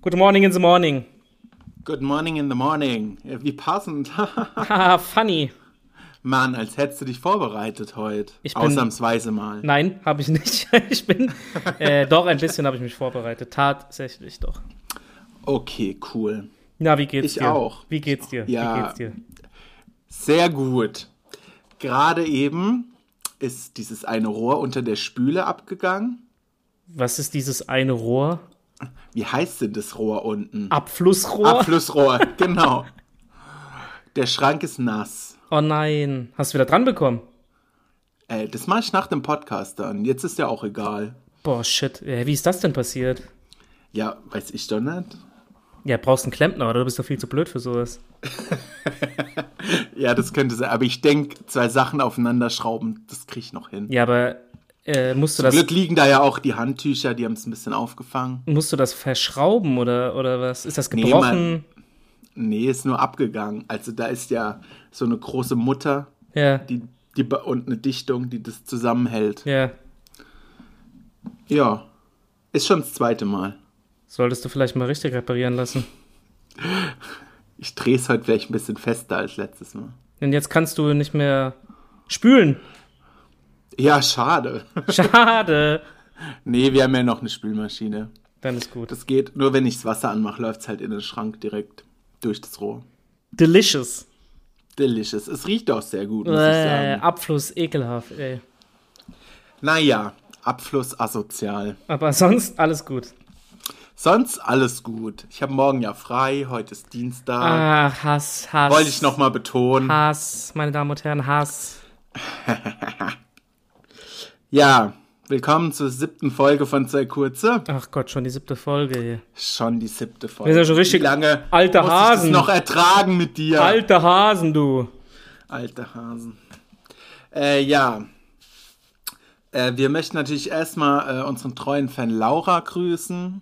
Good morning in the morning. Good morning in the morning. Ja, Wie passend. Haha, funny. Mann, als hättest du dich vorbereitet heute. Ich bin- Ausnahmsweise mal. Nein, habe ich nicht. Ich bin äh, doch ein bisschen habe ich mich vorbereitet. Tatsächlich doch. Okay, cool. Na, wie geht's Ich dir? auch. Wie geht's dir? Ja. Wie geht's dir? Sehr gut. Gerade eben ist dieses eine Rohr unter der Spüle abgegangen. Was ist dieses eine Rohr? Wie heißt denn das Rohr unten? Abflussrohr? Abflussrohr, genau. Der Schrank ist nass. oh nein. Hast du wieder dran bekommen? Äh, das mache ich nach dem Podcast dann. Jetzt ist ja auch egal. Boah, shit. Äh, wie ist das denn passiert? Ja, weiß ich doch nicht. Ja, brauchst einen Klempner, oder? Du bist doch viel zu blöd für sowas. Ja, das könnte sein. Aber ich denke, zwei Sachen aufeinander schrauben, das kriege ich noch hin. Ja, aber äh, musst, du Zum das, Glück liegen da ja auch die Handtücher, die haben es ein bisschen aufgefangen. musst du das verschrauben oder, oder was? Ist das Nee, gebrochen? Nee, ist nur abgegangen. Also da ist ja so eine große Mutter ja, die, die, ba- und eine Dichtung, die das zusammenhält. ja. Ja, ist schon das zweite Mal. Solltest du vielleicht mal richtig reparieren lassen. Ich drehe es heute vielleicht ein bisschen fester als letztes Mal. Denn jetzt kannst du nicht mehr spülen. Ja, schade. Schade. Nee, wir haben ja noch eine Spülmaschine. Dann ist gut. Das geht nur, wenn ich das Wasser anmache, läuft es halt in den Schrank direkt durch das Rohr. Delicious. Delicious. Es riecht auch sehr gut, muss ich Äh, sagen. Abfluss, ekelhaft, ey. Naja, Abfluss asozial. Aber sonst alles gut. Sonst alles gut. Ich habe morgen ja frei, heute ist Dienstag. Ach, Hass, Hass. Ah. Wollte ich nochmal betonen. Hass, meine Damen und Herren, Hass. Ja, willkommen zur siebten Folge von Zwei Kurze. Ach Gott, schon die siebte Folge hier. Schon die siebte Folge. Wir sind ja schon richtig Wie lange alte muss Hasen. Ich das noch ertragen mit dir. Alte Hasen, du. Alte Hasen. Äh, ja. Äh, wir möchten natürlich erstmal äh, unseren treuen Fan Laura grüßen,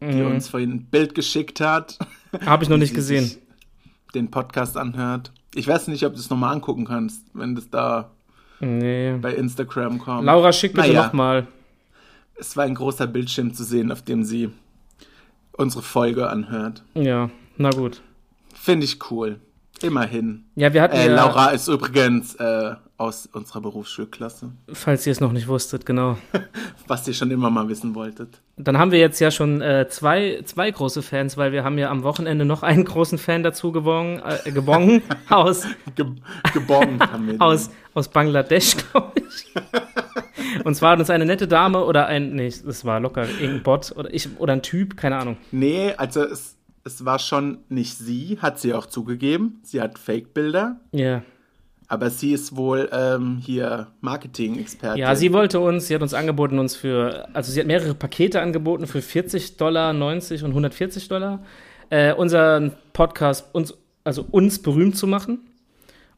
die Mhm. uns vorhin ein Bild geschickt hat. Hab ich noch nicht die sich gesehen. Den Podcast anhört. Ich weiß nicht, ob du es nochmal angucken kannst, wenn das da Nee. bei Instagram kommt. Laura, schick bitte Naja. nochmal. Es war ein großer Bildschirm zu sehen, auf dem sie unsere Folge anhört. Ja, na gut. Finde ich cool. Immerhin. Ja, wir hatten Äh, ja, Laura ist übrigens äh, aus unserer Berufsschulklasse, falls ihr es noch nicht wusstet, genau. was ihr schon immer mal wissen wolltet. Dann haben wir jetzt ja schon äh, zwei, zwei große Fans, weil wir haben ja am Wochenende noch einen großen Fan dazu gewonnen, äh, gewonnen aus, Ge geborgen haben wir. aus, aus Bangladesch, glaube ich. Und zwar hat uns eine nette Dame oder ein, nee, es war locker irgendein Bot oder ich oder ein Typ, keine Ahnung. den. Nee, also es, es war schon nicht sie, hat sie auch zugegeben. Sie hat Fake-Bilder, Ja. aber sie ist wohl ähm, hier Marketing-Expertin. Ja, sie wollte uns, sie hat uns angeboten, uns für, also sie hat mehrere Pakete angeboten für 40 Dollar, 90 und 140 Dollar, äh, unseren Podcast, uns, also uns berühmt zu machen.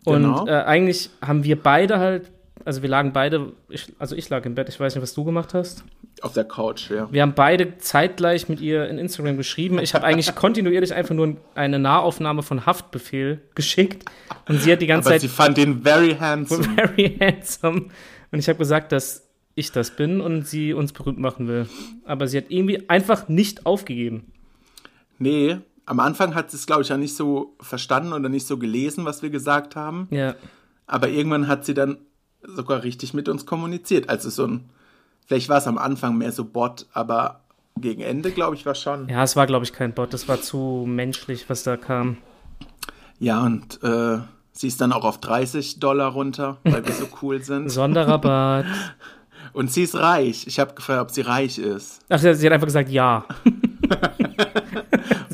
Und Genau. äh, eigentlich haben wir beide halt, also wir lagen beide, ich, also ich lag im Bett, ich weiß nicht, was du gemacht hast. Auf der Couch, ja. Wir haben beide zeitgleich mit ihr in Instagram geschrieben. Ich habe eigentlich kontinuierlich einfach nur eine Nahaufnahme von Haftbefehl geschickt. Und sie hat die ganze Aber Zeit sie fand ihn very handsome. very handsome. Und ich habe gesagt, dass ich das bin und sie uns berühmt machen will. Aber sie hat irgendwie einfach nicht aufgegeben. Nee, am Anfang hat sie es, glaube ich, ja nicht so verstanden oder nicht so gelesen, was wir gesagt haben. Ja. Aber irgendwann hat sie dann sogar richtig mit uns kommuniziert. Also so ein, vielleicht war es am Anfang mehr so Bot, aber gegen Ende, glaube ich, war schon. Ja, Ja, es war, glaube ich, kein Bot. Das war zu menschlich, was da kam. und äh, sie ist dann auch auf 30 Dollar runter, weil wir so cool sind. Sonderrabatt. Und sie ist reich. Ich habe gefragt, ob sie reich ist. Ach, sie sie hat einfach gesagt, ja.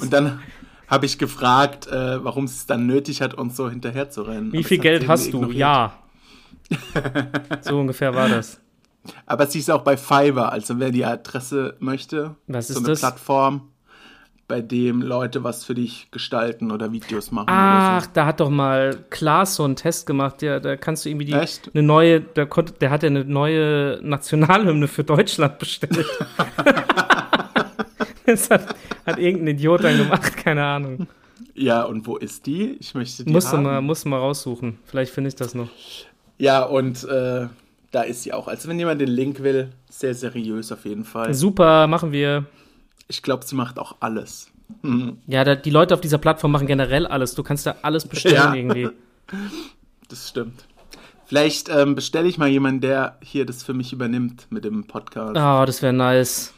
Und dann habe ich gefragt, äh, warum sie es dann nötig hat, uns so hinterher zu rennen. Wie viel Geld hast du? Ja. So ungefähr war das. Aber sie ist auch bei Fiverr, also wer die Adresse möchte, Was so ist eine das? Plattform, bei dem Leute was für dich gestalten oder Videos machen Ach, oder da hat doch mal Klaas so einen Test gemacht. Ja, da kannst du irgendwie die, Echt? eine neue, der, konnte, der hat ja eine neue Nationalhymne für Deutschland bestellt. das hat, hat irgendein Idiot dann gemacht, keine Ahnung. so. Ja, und wo ist die? Ich möchte die Musste haben. mal, musste mal raussuchen. Vielleicht finde ich das noch. Ja, und äh, da ist sie auch. Also wenn jemand den Link will, sehr seriös auf jeden Fall. Super, machen wir. Ich glaube, sie macht auch alles. Mhm, Ja, da, die Leute auf dieser Plattform machen generell alles. Du kannst da alles bestellen Ja. irgendwie. Das stimmt. Vielleicht ähm, bestelle ich mal jemanden, der hier das für mich übernimmt mit dem Podcast. Ah, das wäre nice.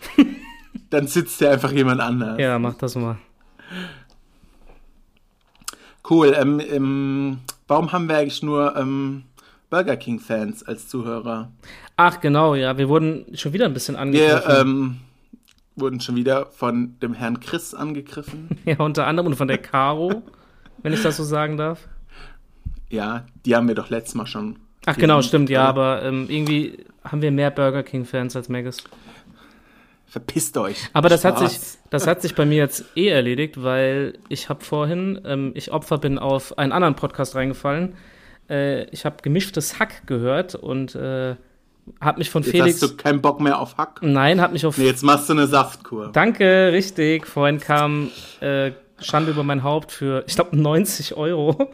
Dann sitzt ja einfach jemand anders. Ja, mach das mal. Cool. Ähm, ähm, warum haben wir eigentlich nur ähm, Burger King-Fans als Zuhörer? Ach, genau, ja. Wir wurden schon wieder ein bisschen Wir angegriffen. ähm, wurden schon wieder von dem Herrn Chris angegriffen. ja, unter anderem und von der Caro, wenn ich das so sagen darf. ja, die haben wir doch letztes Mal schon. äh, Ach, genau, stimmt, ja. Aber ähm, irgendwie haben wir mehr Burger King-Fans als Maggis. Verpisst euch. Aber das hat, Spaß. sich, das hat sich bei mir jetzt eh erledigt, weil ich habe vorhin, ähm, ich Opfer bin auf einen anderen Podcast reingefallen. Äh, ich habe gemischtes Hack gehört und äh, habe mich von Jetzt Felix. Mhm. hast du keinen Bock mehr auf Hack. Nein, habe mich auf. Nee, jetzt machst du eine Saftkur. Danke, richtig. Vorhin kam äh, Schande über mein Haupt für, ich glaube, 90 Euro.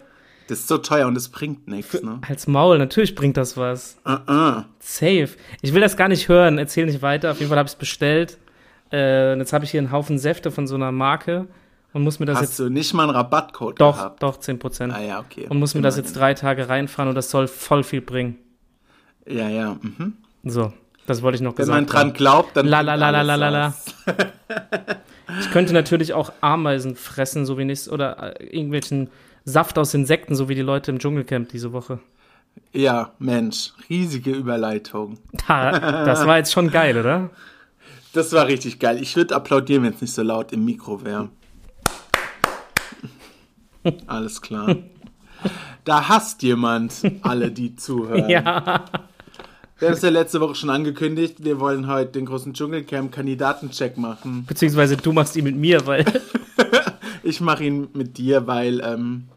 Das ist so teuer und das bringt nichts, ne? Als Maul, natürlich bringt das was. Uh-uh. Safe. Ich will das gar nicht hören. Erzähl nicht weiter. Auf jeden Fall habe ich es bestellt. Äh, und jetzt habe ich hier einen Haufen Säfte von so einer Marke und muss mir das jetzt. Hast du nicht mal einen Rabattcode Doch, gehabt? doch, 10 Prozent. Ah ja, okay. und muss mir das Immerhin. jetzt drei Tage reinfahren und das soll voll viel bringen. Ja, ja. Mhm. So, das wollte ich noch Wenn gesagt man dran haben. glaubt, dann. La, la, bringt la, la, alles la, la, la. was. Ich könnte natürlich auch Ameisen fressen, so wie nichts, oder äh, irgendwelchen Saft aus Insekten, so wie die Leute im Dschungelcamp diese Woche. Ja, Mensch, riesige Überleitung. Ha, das war jetzt schon geil, oder? Das war richtig geil. Ich würde applaudieren, wenn es nicht so laut im Mikro wäre. Alles klar. Da hasst jemand alle, die zuhören. Ja. Wir haben es ja letzte Woche schon angekündigt. Wir wollen heute den großen Dschungelcamp-Kandidatencheck machen. Beziehungsweise du machst ihn mit mir, weil Ich mache ihn mit dir, weil ähm,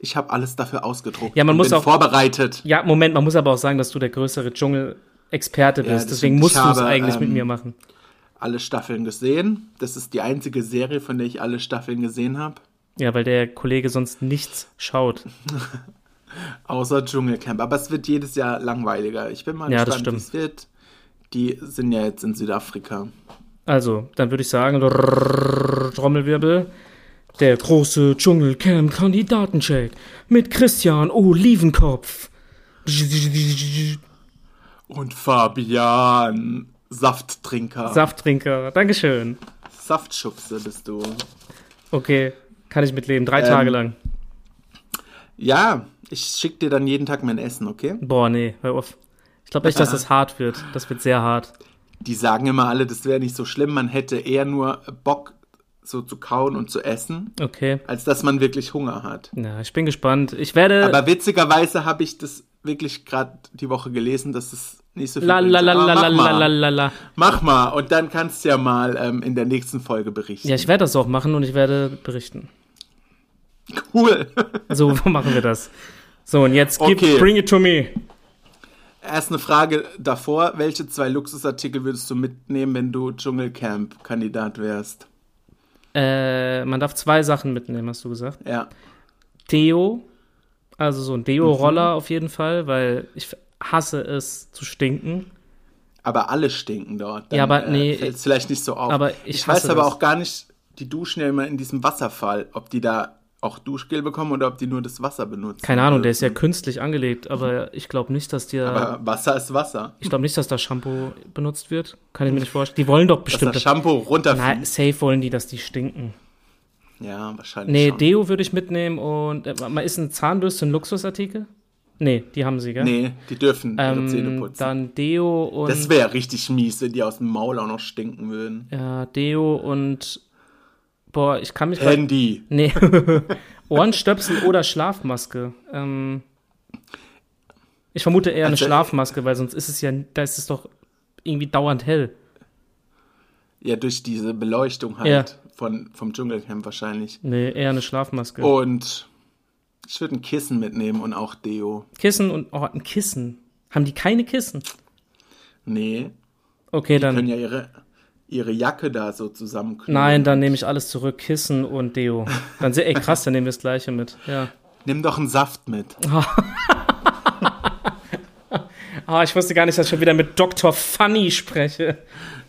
ich habe alles dafür ausgedruckt. Ja, man und muss bin auch- vorbereitet. Ja, Moment, man muss aber auch sagen, dass du der größere Dschungel-Experte bist. das Deswegen stimmt. musst Ich du es habe, eigentlich mit ähm, mir machen. Alle Staffeln gesehen. Das ist die einzige Serie, von der ich alle Staffeln gesehen habe. Ja, weil der Kollege sonst nichts schaut. Außer Dschungelcamp. Aber es wird jedes Jahr langweiliger. Ich bin mal Ja, das gespannt, wie es wird. Die sind ja jetzt in Südafrika. Also, dann würde ich sagen, drrrr, Trommelwirbel, der große Dschungelcamp-Kandidatencheck mit Christian Olivenkopf. Und Fabian, Safttrinker. Safttrinker, Dankeschön. Saftschubse bist du. Okay, kann ich mitleben, Ähm. drei Tage lang. Ja, ich schicke dir dann jeden Tag mein Essen, okay? Boah, nee, hör auf. Ich glaube nicht, dass das hart wird. Das wird sehr hart. Die sagen immer alle, das wäre nicht so schlimm. Man hätte eher nur Bock, so zu kauen und zu essen, Okay. als dass man wirklich Hunger hat. Na, ich bin gespannt. Ich werde. Aber witzigerweise habe ich das wirklich gerade die Woche gelesen, dass es nicht so viel La bringt. la la Aber la la mach la mal. la la la. Mach mal und dann kannst du ja mal ähm, in der nächsten Folge berichten. Ja, ich werde das auch machen und ich werde berichten. Cool. So machen wir das. So, und jetzt gib, Okay. bring it to me. Erst eine Frage davor. Welche zwei Luxusartikel würdest du mitnehmen, wenn du Dschungelcamp-Kandidat wärst? Äh, man darf zwei Sachen mitnehmen, hast du gesagt. Ja. Deo, also so ein Mhm. Deo-Roller auf jeden Fall, weil ich hasse es zu stinken. Aber alle stinken dort. Dann, äh, Ja, aber nee, fällt's vielleicht nicht so auf. aber ich weiß hasse aber das. auch gar nicht, die duschen ja immer in diesem Wasserfall, ob die da auch Duschgel bekommen oder ob die nur das Wasser benutzen. Also, Keine Ahnung, der ist ja künstlich angelegt, aber ich glaube nicht, dass dir. Mhm. Aber Wasser ist Wasser. ich glaube nicht, dass da Shampoo benutzt wird. Kann ich mir nicht vorstellen. Die wollen doch Dass bestimmt. das Shampoo Nein, runterfließt. safe wollen die, dass die stinken. Ja, wahrscheinlich. Nee, schon. Deo würde ich mitnehmen und äh, man ist ein Zahnbürste ein Luxusartikel? Nee, die haben sie, gell? nee, die dürfen ihre Zähne ähm, putzen. dann Deo und das wäre richtig mies, wenn die aus dem Maul auch noch stinken würden. ja, Deo und boah, ich kann mich grad, Handy. Nee. Ohrenstöpsel oder Schlafmaske. Ähm, ich vermute eher eine Also- Schlafmaske, weil sonst ist es ja, da ist es doch irgendwie dauernd hell. Ja, durch diese Beleuchtung halt Ja. von, vom Dschungelcamp wahrscheinlich. Nee, eher eine Schlafmaske. Oh. Und ich würde ein Kissen mitnehmen und auch Deo. Kissen und oh, ein Kissen. Haben die keine Kissen? Nee, Okay, die können dann. ja ihre, ihre Jacke da so zusammenknüllen. Nein, dann nehme ich alles zurück. Kissen und Deo. Dann se- ey, krass, dann nehmen wir das gleiche mit. Ja. Nimm doch einen Saft mit. Ah, ich wusste gar nicht, dass ich schon wieder mit Dr. Funny spreche.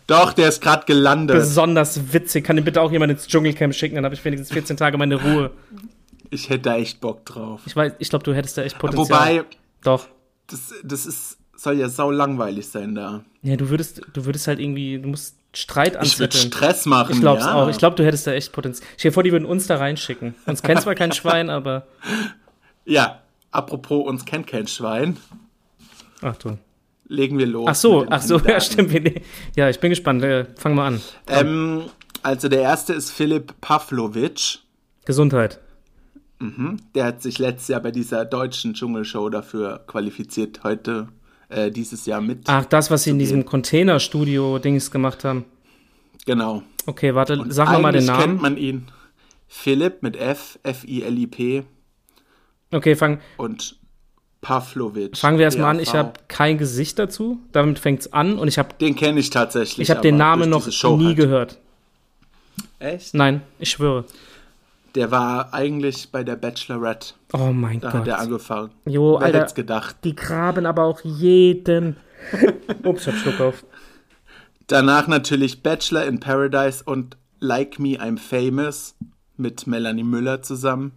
Doch, der ist gerade gelandet. Besonders witzig. Kann den bitte auch jemand ins Dschungelcamp schicken, dann habe ich wenigstens 14 Tage meine Ruhe. ich hätte da echt Bock drauf. Ich weiß, ich glaube, du hättest da echt Potenzial. Wobei, Doch. das, das ist, soll ja sau langweilig sein da. Ja, du würdest, du würdest halt irgendwie, du musst Streit Ich würde anzetteln. Stress machen. Ich glaub's ja. auch. Ich glaube, du hättest da echt Potenzial. Ich stell dir vor, die würden uns da reinschicken. Uns kennt zwar kein Schwein, aber. ja, apropos, uns kennt kein Schwein. Achtung. Legen wir los. Ach so, mit den ach so, ja, Kandidaten. stimmt. wir- Ja, ich bin gespannt. Äh, Fangen wir an. Ähm, also der erste ist Philipp Pavlovic. Gesundheit. Der hat sich letztes Jahr bei dieser deutschen Dschungelshow dafür qualifiziert, heute äh, dieses Jahr mit. Ach, das, was sie in diesem Containerstudio-Dings gemacht haben. Genau. Okay, warte, sag noch mal den Eigentlich Namen. kennt man ihn. Philipp mit F, F-I-L-I-P Okay, fang, und Pavlovic. fangen wir erstmal an. PAV. Ich habe kein Gesicht dazu. Damit fängt's an und ich habe Den kenne ich tatsächlich. ich hab den aber Namen durch noch diese Show nie halt. gehört. Echt? Nein, ich schwöre. Der war eigentlich bei der Bachelorette. Oh mein Da hat er Gott. angefangen. Jo, Wer Alter. hätte gedacht? Die graben aber auch jeden. Ups, hab Schluck auf. Danach natürlich Bachelor in Paradise und Like Me, I'm Famous mit Melanie Müller zusammen.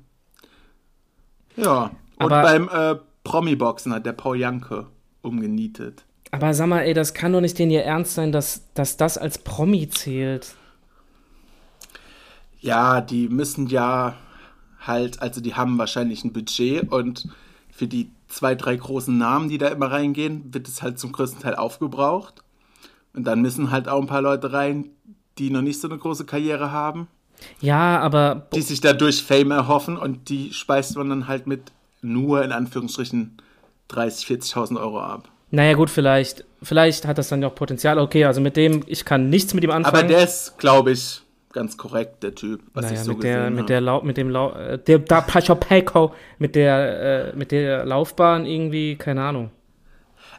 Ja. Und Aber- beim äh, Promi-Boxen hat der Paul Janke umgenietet. Aber sag mal, ey, das kann doch nicht denen ihr Ernst sein, dass, dass das als Promi zählt. Ja, die müssen ja halt, also die haben wahrscheinlich ein Budget und für die zwei, drei großen Namen, die da immer reingehen, wird es halt zum größten Teil aufgebraucht. Und dann müssen halt auch ein paar Leute rein, die noch nicht so eine große Karriere haben. Ja, aber die sich dadurch Fame erhoffen und die speist man dann halt mit nur in Anführungsstrichen 30.000, 40.000 Euro ab. naja, gut, vielleicht. Vielleicht hat das dann ja auch Potenzial. Okay, also mit dem, ich kann nichts mit ihm anfangen. Aber der ist, glaube ich, ganz korrekt, der Typ, was naja, ich so mit gesehen der, habe. mit der Lau mit dem Lau äh, der da Pacho mit der, äh, mit der Laufbahn irgendwie, keine Ahnung.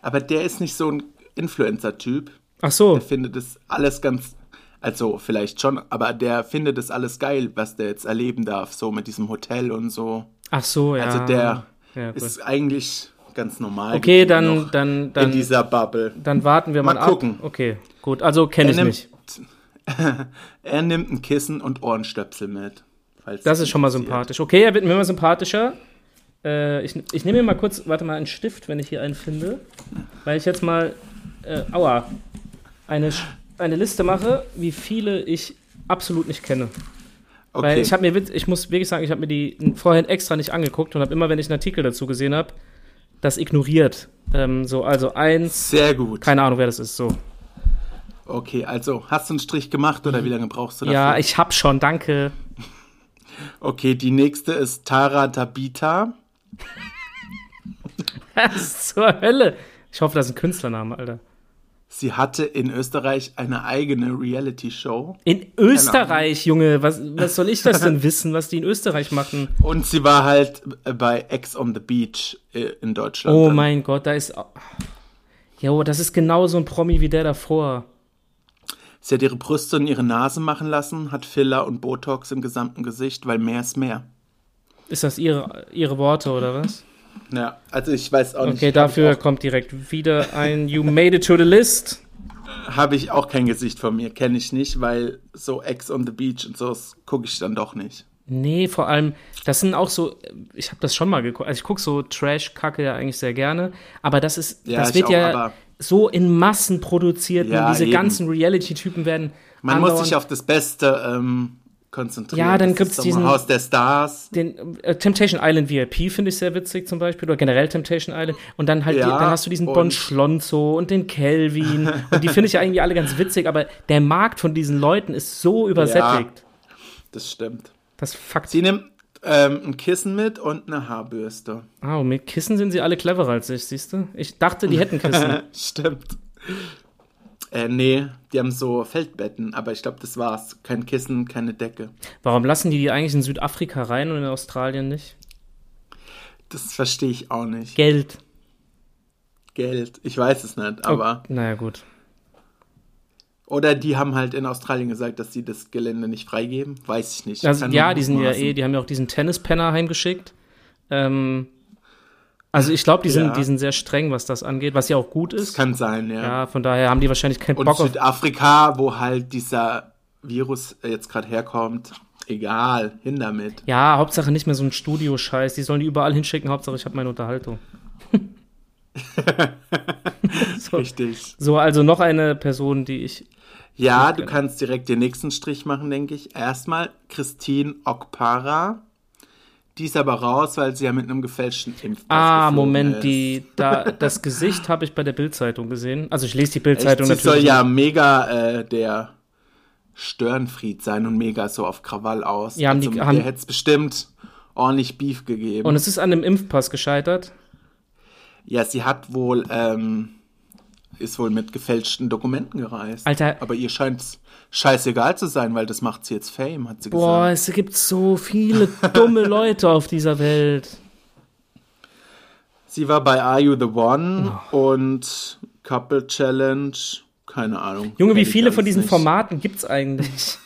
Aber der ist nicht so ein Influencer-Typ. Ach so, Der findet das alles ganz, also vielleicht schon, aber der findet das alles geil, was der jetzt erleben darf, so mit diesem Hotel und so. ach so, ja. Also der ja, Ah, gut. ist eigentlich ganz normal. Okay, geblieben dann, noch dann, in dann, dieser Bubble. dann warten wir mal, Mal ab. gucken. Okay, gut, also kenne ich nimmt- nicht. Er nimmt ein Kissen und Ohrenstöpsel mit. falls Das dich ist schon mal interessiert. sympathisch. Okay, er wird mir immer sympathischer. Äh, ich ich nehme mir mal kurz, warte mal, einen Stift, wenn ich hier einen finde, weil ich jetzt mal, äh, aua, eine, Sch- eine Liste mache, wie viele ich absolut nicht kenne. Okay. Weil ich habe mir, witz- ich muss wirklich sagen, ich habe mir die vorher extra nicht angeguckt und habe immer, wenn ich einen Artikel dazu gesehen habe, das ignoriert. Ähm, so, also eins, Sehr gut. keine Ahnung, wer das ist. So. Okay, also hast du einen Strich gemacht oder wie lange brauchst du dafür? Ja, ich hab schon, danke. okay, die nächste ist Tara Tabita. Was zur Hölle? Ich hoffe, das ist ein Künstlername, Alter. Sie hatte in Österreich eine eigene Reality-Show In Österreich, Junge, was, was soll ich das denn wissen, was die in Österreich machen? und sie war halt bei Ex on the Beach äh, in Deutschland. Oh dann. mein Gott, da ist. au- Jo, das ist genauso ein Promi wie der davor. Sie hat ihre Brüste und ihre Nase machen lassen, hat Filler und Botox im gesamten Gesicht, weil mehr ist mehr. Ist das ihre, ihre Worte oder was? Ja, also ich weiß auch nicht. Okay, dafür kommt direkt wieder ein You made it to the list. Habe ich auch kein Gesicht von mir, kenne ich nicht, weil so Ex on the Beach und so gucke ich dann doch nicht. Nee, vor allem, das sind auch so, ich habe das schon mal geguckt, also ich gucke so Trash-Kacke ja eigentlich sehr gerne, aber das ist, Ja, das ich wird auch, ja aber- so in Massen produziert Ja, und diese eben. ganzen Reality-Typen werden Man muss sich andauernd auf das Beste ähm, konzentrieren. Ja, dann Das gibt's ist doch diesen- mal Haus der Stars. den äh, Temptation Island VIP finde ich sehr witzig zum Beispiel oder generell Temptation Island und dann halt die, Ja, dann hast du diesen und- Bon Schlonzo und den Kelvin und die finde ich ja irgendwie alle ganz witzig, aber der Markt von diesen Leuten ist so übersättigt. Das stimmt. Das fuckt Sie nimmt ähm, ein Kissen mit und eine Haarbürste. Ah, und mit Kissen sind sie alle cleverer als ich, siehst du? Ich dachte, die hätten Kissen. Stimmt. Äh, nee, die haben so Feldbetten, aber ich glaube, das war's. Kein Kissen, keine Decke. Warum lassen die die eigentlich in Südafrika rein und in Australien nicht? Das verstehe ich auch nicht. Geld. Geld, ich weiß es nicht, aber. Oh, naja, gut. Oder die haben halt in Australien gesagt, dass sie das Gelände nicht freigeben. Weiß ich nicht. Also, Kann ja, nur die sind ja mutmaßen. eh, die haben ja auch diesen Tennispenner heimgeschickt. Ähm, Also ich glaube, die, sind- Ja. die sind sehr streng, was das angeht, was ja auch gut Das ist. kann sein, ja. Ja, von daher haben die wahrscheinlich keinen Und Bock auf. Südafrika, wo halt dieser Virus äh, jetzt gerade herkommt, egal, hin damit. Ja, Hauptsache nicht mehr so ein Studio-Scheiß. Die sollen die überall hinschicken. Hauptsache ich habe meine Unterhaltung. so. Richtig. so, also noch eine Person, die ich. Ja, du kannst direkt den nächsten Strich machen, denke ich. Erstmal Christine Okpara. Die ist aber raus, weil sie ja mit einem gefälschten Impfpass Ah, geflogen Moment, ist. die, da, das Gesicht habe ich bei der Bildzeitung gesehen. Also ich lese die Echt, Bildzeitung sie natürlich. soll nicht. ja mega äh, der Störenfried sein und mega so auf Krawall aus. Ja, haben die- also, haben- der hätte es bestimmt ordentlich Beef gegeben. Und es ist an einem Impfpass gescheitert. Ja, sie hat wohl, ähm, ist wohl mit gefälschten Dokumenten gereist. Alter. Aber ihr scheint es scheißegal zu sein, weil das macht sie jetzt Fame, hat sie Boah, gesagt. es gibt so viele dumme Leute auf dieser Welt. Sie war bei Are You the One Oh. und Couple Challenge. Keine Ahnung. Junge, wie Kenn ich viele alles von diesen nicht. Formaten gibt's eigentlich?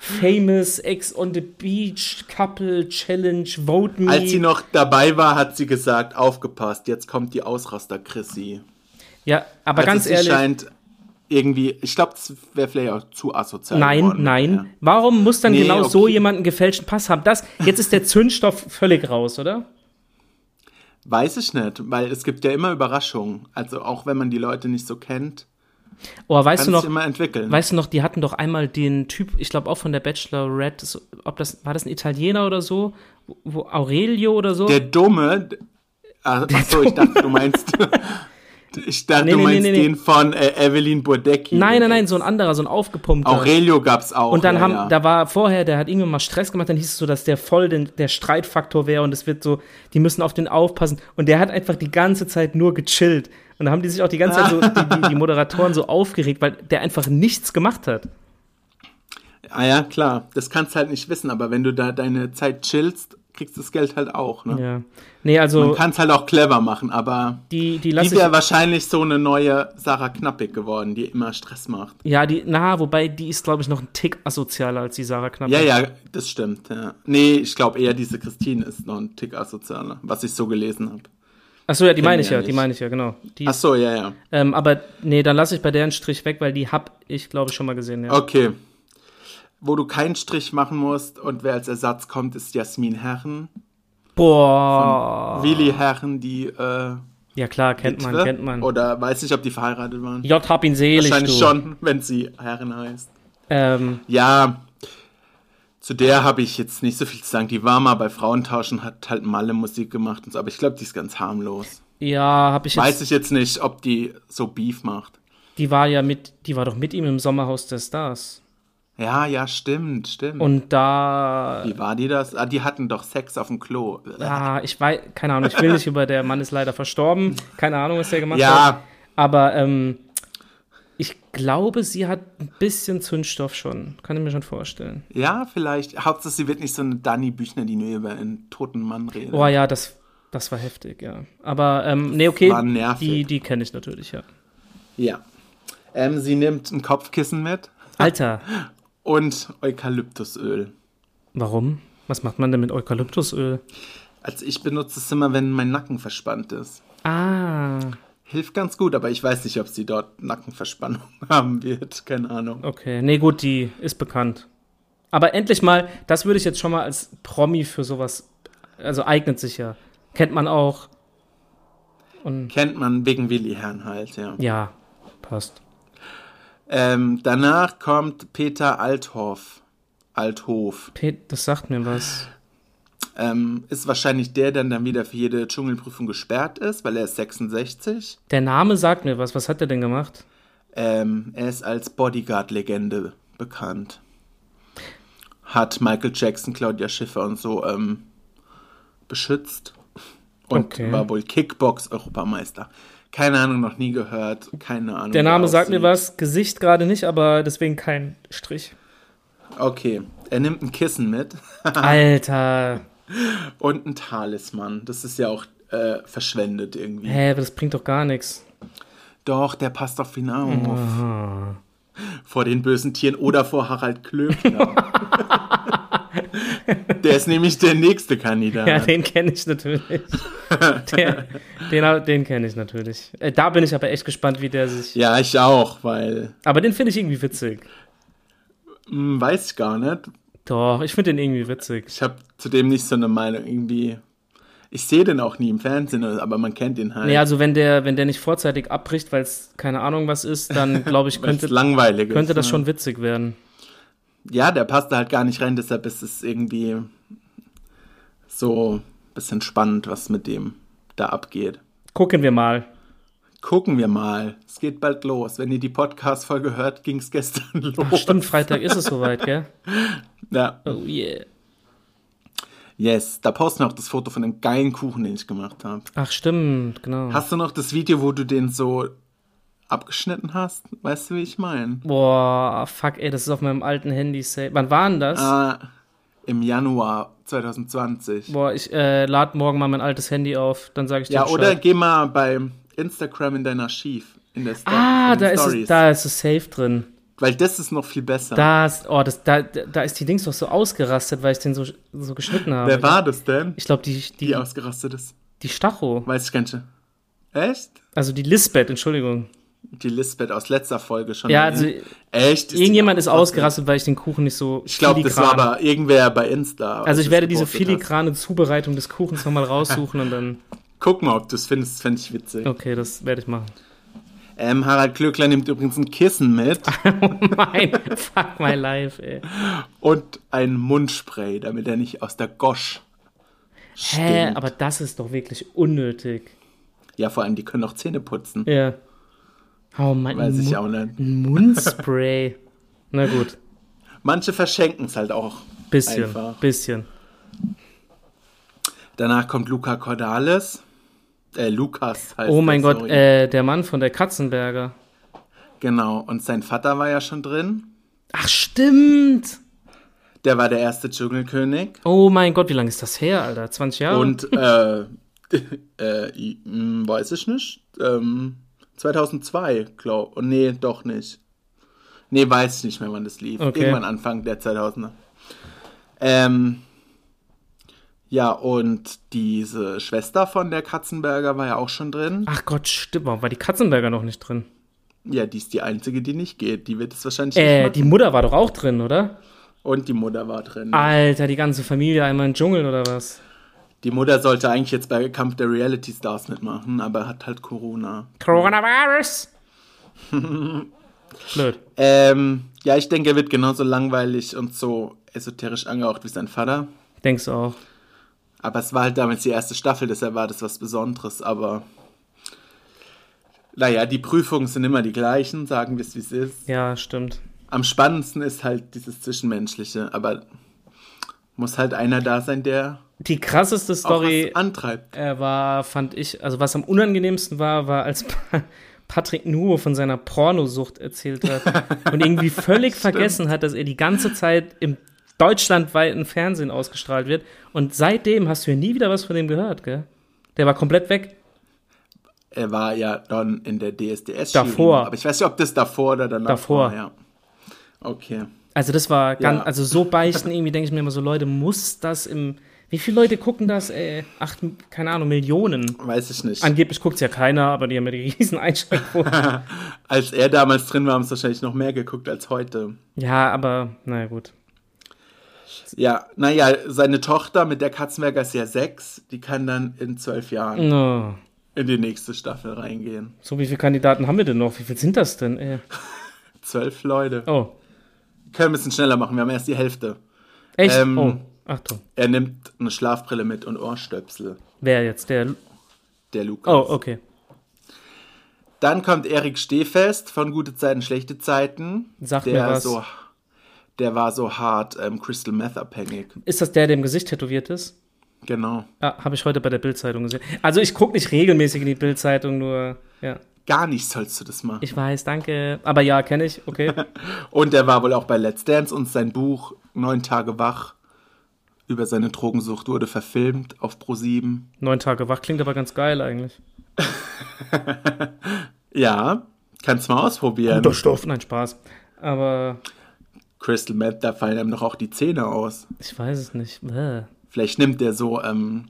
Famous, Ex on the Beach, Couple, Challenge, Vote Me. Als sie noch dabei war, hat sie gesagt, aufgepasst, jetzt kommt die Ausraster-Chrissy. Also ja, aber ganz sie ehrlich, scheint irgendwie, ich glaube, es wäre vielleicht auch zu asozial nein, geworden. nein. Ja. Warum muss dann Nee, genau so okay. jemand einen gefälschten Pass haben? Das, jetzt ist der Zündstoff völlig raus, oder? Weiß ich nicht, weil es gibt ja immer Überraschungen. Also auch wenn man die Leute nicht so kennt. Oh, weißt Kannst du du noch, immer entwickeln. Weißt du noch, die hatten doch einmal den Typ, ich glaube auch von der Bachelorette, so- ob das, war das ein Italiener oder so? Wo- Wo, Aurelio oder so? der Dumme. d- Ah, Achso, ich dachte, du meinst. ich dachte, Nee, du nee, meinst nee, nee, den von äh, Evelyn Burdecki. nein, nein, nein, so ein anderer, so ein aufgepumpter. Aurelio gab's auch. Und dann ja, haben, ja. da war vorher, der hat irgendwann mal Stress gemacht, dann hieß es so, dass der voll den, der Streitfaktor wäre und es wird so, die müssen auf den aufpassen. Und der hat einfach die ganze Zeit nur gechillt. Und da haben die sich auch die ganze Zeit so, die, die, die Moderatoren so aufgeregt, weil der einfach nichts gemacht hat. Ah ja, klar. Das kannst halt nicht wissen, aber wenn du da deine Zeit chillst, kriegst du das Geld halt auch. Ne? Ja. Nee, Man also, kann's halt auch clever machen, aber die, die die lasse ich. wäre wahrscheinlich so eine neue Sarah Knappig geworden, die immer Stress macht. Ja, die, na, wobei, die ist, glaube ich, noch ein Tick asozialer als die Sarah Knapp. Ja, ja, das stimmt. Ja. Nee, ich glaube eher, diese Christine ist noch ein Tick asozialer, was ich so gelesen habe. Achso, ja, die meine ich ich ja ja, die nicht. meine ich ja, genau. Die Ach ist, so, ja, ja. ähm, aber nee, dann lasse ich bei der einen Strich weg, weil die hab ich, glaube ich, schon mal gesehen. Ja. Okay. Wo du keinen Strich machen musst und wer als Ersatz kommt, ist Jasmin Herren. Boah. Willi Herren, die äh, Ja, klar, Ah. kennt man, Witwe. kennt man. Oder weiß nicht, ob die verheiratet waren. J. hab ihn selig. Wahrscheinlich du. schon, wenn sie Herren heißt. Ähm, Ja, zu der habe ich jetzt nicht so viel zu sagen. Die war mal bei Frauentauschen, hat halt Malle Musik gemacht und so, aber ich glaube, die ist ganz harmlos. ja, hab ich jetzt. Weiß ich jetzt nicht, ob die so Beef macht. Die war ja mit, die war doch mit ihm im Sommerhaus der Stars. Ja, ja, stimmt, stimmt. Und da. Wie war die das? Ah, die hatten doch Sex auf dem Klo. Ah, ich weiß, keine Ahnung, ich will nicht über der Mann ist leider verstorben. Keine Ahnung, was der gemacht hat. Ja, Aber ähm, ich glaube, sie hat ein bisschen Zündstoff schon. Kann ich mir schon vorstellen. ja, vielleicht. Hauptsache, sie wird nicht so eine Dani Büchner, die nur über einen toten Mann redet. Oh ja, das, das war heftig, ja. Aber ähm, nee, okay, war nervig. die, die kenne ich natürlich, ja. Ja. Ähm, sie nimmt ein Kopfkissen mit Alter, und Eukalyptusöl. warum? Was macht man denn mit Eukalyptusöl? Also ich benutze es immer, wenn mein Nacken verspannt ist. Ah, Hilft ganz gut, aber ich weiß nicht, ob sie dort Nackenverspannung haben wird. Keine Ahnung. okay. Nee, gut, die ist bekannt. Aber endlich mal, das würde ich jetzt schon mal als Promi für sowas, also eignet sich ja. Kennt man auch. Und Kennt man wegen Willi Herrn halt, ja. ja, passt. Ähm, danach kommt Peter Althoff. Althof. Pet, das sagt mir was. Ähm, ist wahrscheinlich der, der dann wieder für jede Dschungelprüfung gesperrt ist, weil er ist 66. Der Name sagt mir was. Was hat der denn gemacht? Ähm, er ist als Bodyguard-Legende bekannt. Hat Michael Jackson, Claudia Schiffer und so ähm, beschützt. Und Okay. war wohl Kickbox-Europameister. Keine Ahnung, noch nie gehört. Keine Ahnung. Der wie Name er sagt mir aussieht. was, Gesicht gerade nicht, aber deswegen kein Strich. Okay. Er nimmt ein Kissen mit Alter. und ein Talisman. Das ist ja auch äh, verschwendet irgendwie. Hä, aber das bringt doch gar nichts. Doch, der passt auf ihn Mhm. auf. Vor den bösen Tieren oder vor Harald Klöckner. Der ist nämlich der nächste Kandidat. Ja, den kenne ich natürlich. Der, den hab- den kenne ich natürlich. Äh, Da bin ich aber echt gespannt, wie der sich. Ja, ich auch, weil Aber den finde ich irgendwie witzig. hm, weiß ich gar nicht. Doch, ich finde den irgendwie witzig. Ich habe zudem nicht so eine Meinung irgendwie. Ich sehe den auch nie im Fernsehen, aber man kennt ihn halt. Ja, also wenn der, wenn der nicht vorzeitig abbricht, weil es keine Ahnung was ist, dann glaube ich, Weil es könnte, langweilig. ist, könnte das ne? schon witzig werden. Ja, der passt da halt gar nicht rein, deshalb ist es irgendwie so ein bisschen spannend, was mit dem da abgeht. Gucken wir mal. Gucken wir mal. Es geht bald los. Wenn ihr die Podcast-Folge hört, ging es gestern los. Ach, stimmt, Freitag ist es soweit, gell? Ja. Oh yeah. Yes, da posten wir auch das Foto von dem geilen Kuchen, den ich gemacht habe. Ach, stimmt, genau. Hast du noch das Video, wo du den so abgeschnitten hast? Weißt du, wie ich meine? Boah, fuck, ey, das ist auf meinem alten Handy safe. Wann war denn das? Ah, Im Januar 2020. Boah, ich äh, lade morgen mal mein altes Handy auf, dann sage ich dir ja, oder Bescheid. geh mal bei Instagram in dein Archiv. In der Sto- Ah, in da den ist, es, Stories. da ist es safe drin. Weil das ist noch viel besser. Da ist, oh, das, da, da ist die Dings doch so ausgerastet, weil ich den so, so geschnitten habe. Wer war das denn? Ich glaube, die, die, Die ausgerastet ist. die Stacho. Weiß ich gar nicht. Echt? Also die Lisbeth, Entschuldigung. Die Lisbeth aus letzter Folge schon. Ja, also Echt? die irgendjemand ist ausgerastet, weil ich den Kuchen nicht so. Ich glaube, das war aber irgendwer bei Insta. als Also ich du's werde diese gepostet hast. filigrane Zubereitung des Kuchens nochmal raussuchen und dann. Guck mal, ob du es findest. Das fände ich witzig. Okay, das werde ich machen. Ähm, Harald Glöckler nimmt übrigens ein Kissen mit Mein, fuck my life, ey. und ein Mundspray, damit er nicht aus der Gosch stinkt. Hä, aber das ist doch wirklich unnötig. ja, vor allem, die können auch Zähne putzen. Ja. Oh mein Weiß ich Mu- auch nicht. Ein Mundspray. Na gut, Manche verschenken es halt auch. bisschen, Einfach. bisschen. Danach kommt Luca Cordalis. Äh, Lukas heißt Oh mein der, Gott, sorry. äh, der Mann von der Katzenberger. Genau, und sein Vater war ja schon drin. Ach stimmt. Der war der erste Dschungelkönig. Oh mein Gott, wie lange ist das her, Alter? 20 Jahre? Und, äh, äh, i- m, weiß ich nicht. Ähm, 2002, glaube ich. Nee, doch nicht. Nee, weiß ich nicht mehr, wann das lief. Okay. Irgendwann Anfang der 2000er. Ähm, ja, und diese Schwester von der Katzenberger war ja auch schon drin. Ach Gott, stimmt. Warum war die Katzenberger noch nicht drin? Ja, die ist die einzige, die nicht geht. Die wird es wahrscheinlich Äh, nicht die Mutter war doch auch drin, oder? machen. Und die Mutter war drin. Alter, die ganze Familie einmal im Dschungel oder was? Die Mutter sollte eigentlich jetzt bei Kampf der Reality Stars mitmachen, aber hat halt Corona. Coronavirus! Blöd. Ähm, ja, ich denke, er wird genauso langweilig und so esoterisch angehaucht wie sein Vater. Denkst du auch. Aber es war halt damals die erste Staffel, deshalb war das was Besonderes, aber. Naja, die Prüfungen sind immer die gleichen, sagen wir es wie es ist. Ja, stimmt. Am spannendsten ist halt dieses Zwischenmenschliche, aber muss halt einer da sein, der Die krasseste auch Story was antreibt. äh, war, fand ich, also was am unangenehmsten war, war, als Pa- Patrick Nuo von seiner Pornosucht erzählt hat und irgendwie völlig vergessen hat, dass er die ganze Zeit im deutschlandweiten Fernsehen ausgestrahlt wird. Und seitdem hast du ja nie wieder was von dem gehört, gell? Der war komplett weg. Er war ja dann in der DSDS Davor. aber ich weiß nicht, ob das davor oder danach Davor. war, ja. Okay. Also das war ganz, Ja. also so beichten irgendwie, denke ich mir immer so, Leute, muss das im, wie viele Leute gucken das, ey? Acht, keine Ahnung, Millionen. Weiß ich nicht. Angeblich guckt es ja keiner, aber die haben ja die riesen Einschränkungen. als er damals drin war, haben es wahrscheinlich noch mehr geguckt als heute. ja, aber naja, gut. Ja, naja, seine Tochter mit der Katzenberger ist ja sechs. Die kann dann in zwölf Jahren No. in die nächste Staffel reingehen. So, wie viele Kandidaten haben wir denn noch? Wie viele sind das denn? Ey? Zwölf Leute. Oh, Können wir ein bisschen schneller machen, wir haben erst die Hälfte. echt? Ähm, oh, Achtung. Er nimmt eine Schlafbrille mit und Ohrstöpsel, Wer jetzt? Der. der Lukas. Oh, okay. Dann kommt Erik Stehfest von Gute Zeiten, Schlechte Zeiten. Sagt der mir was. So, der war so hart ähm, Crystal Meth abhängig. Ist das der, der im Gesicht tätowiert ist? Genau. Ah, habe ich heute bei der Bildzeitung gesehen. Also, ich gucke nicht regelmäßig in die Bildzeitung, nur. Ja, Gar nicht sollst du das machen. ich weiß, danke. Aber ja, kenne ich, okay. Und er war wohl auch bei Let's Dance und sein Buch Neun Tage wach über seine Drogensucht wurde verfilmt auf Pro7. Neun Tage wach klingt aber ganz geil eigentlich. Ja, kannst mal ausprobieren. Stoff. Nein, Spaß. Aber Crystal Meth, da fallen einem doch auch die Zähne aus. Ich weiß es nicht. Bäh. Vielleicht nimmt der so, ähm,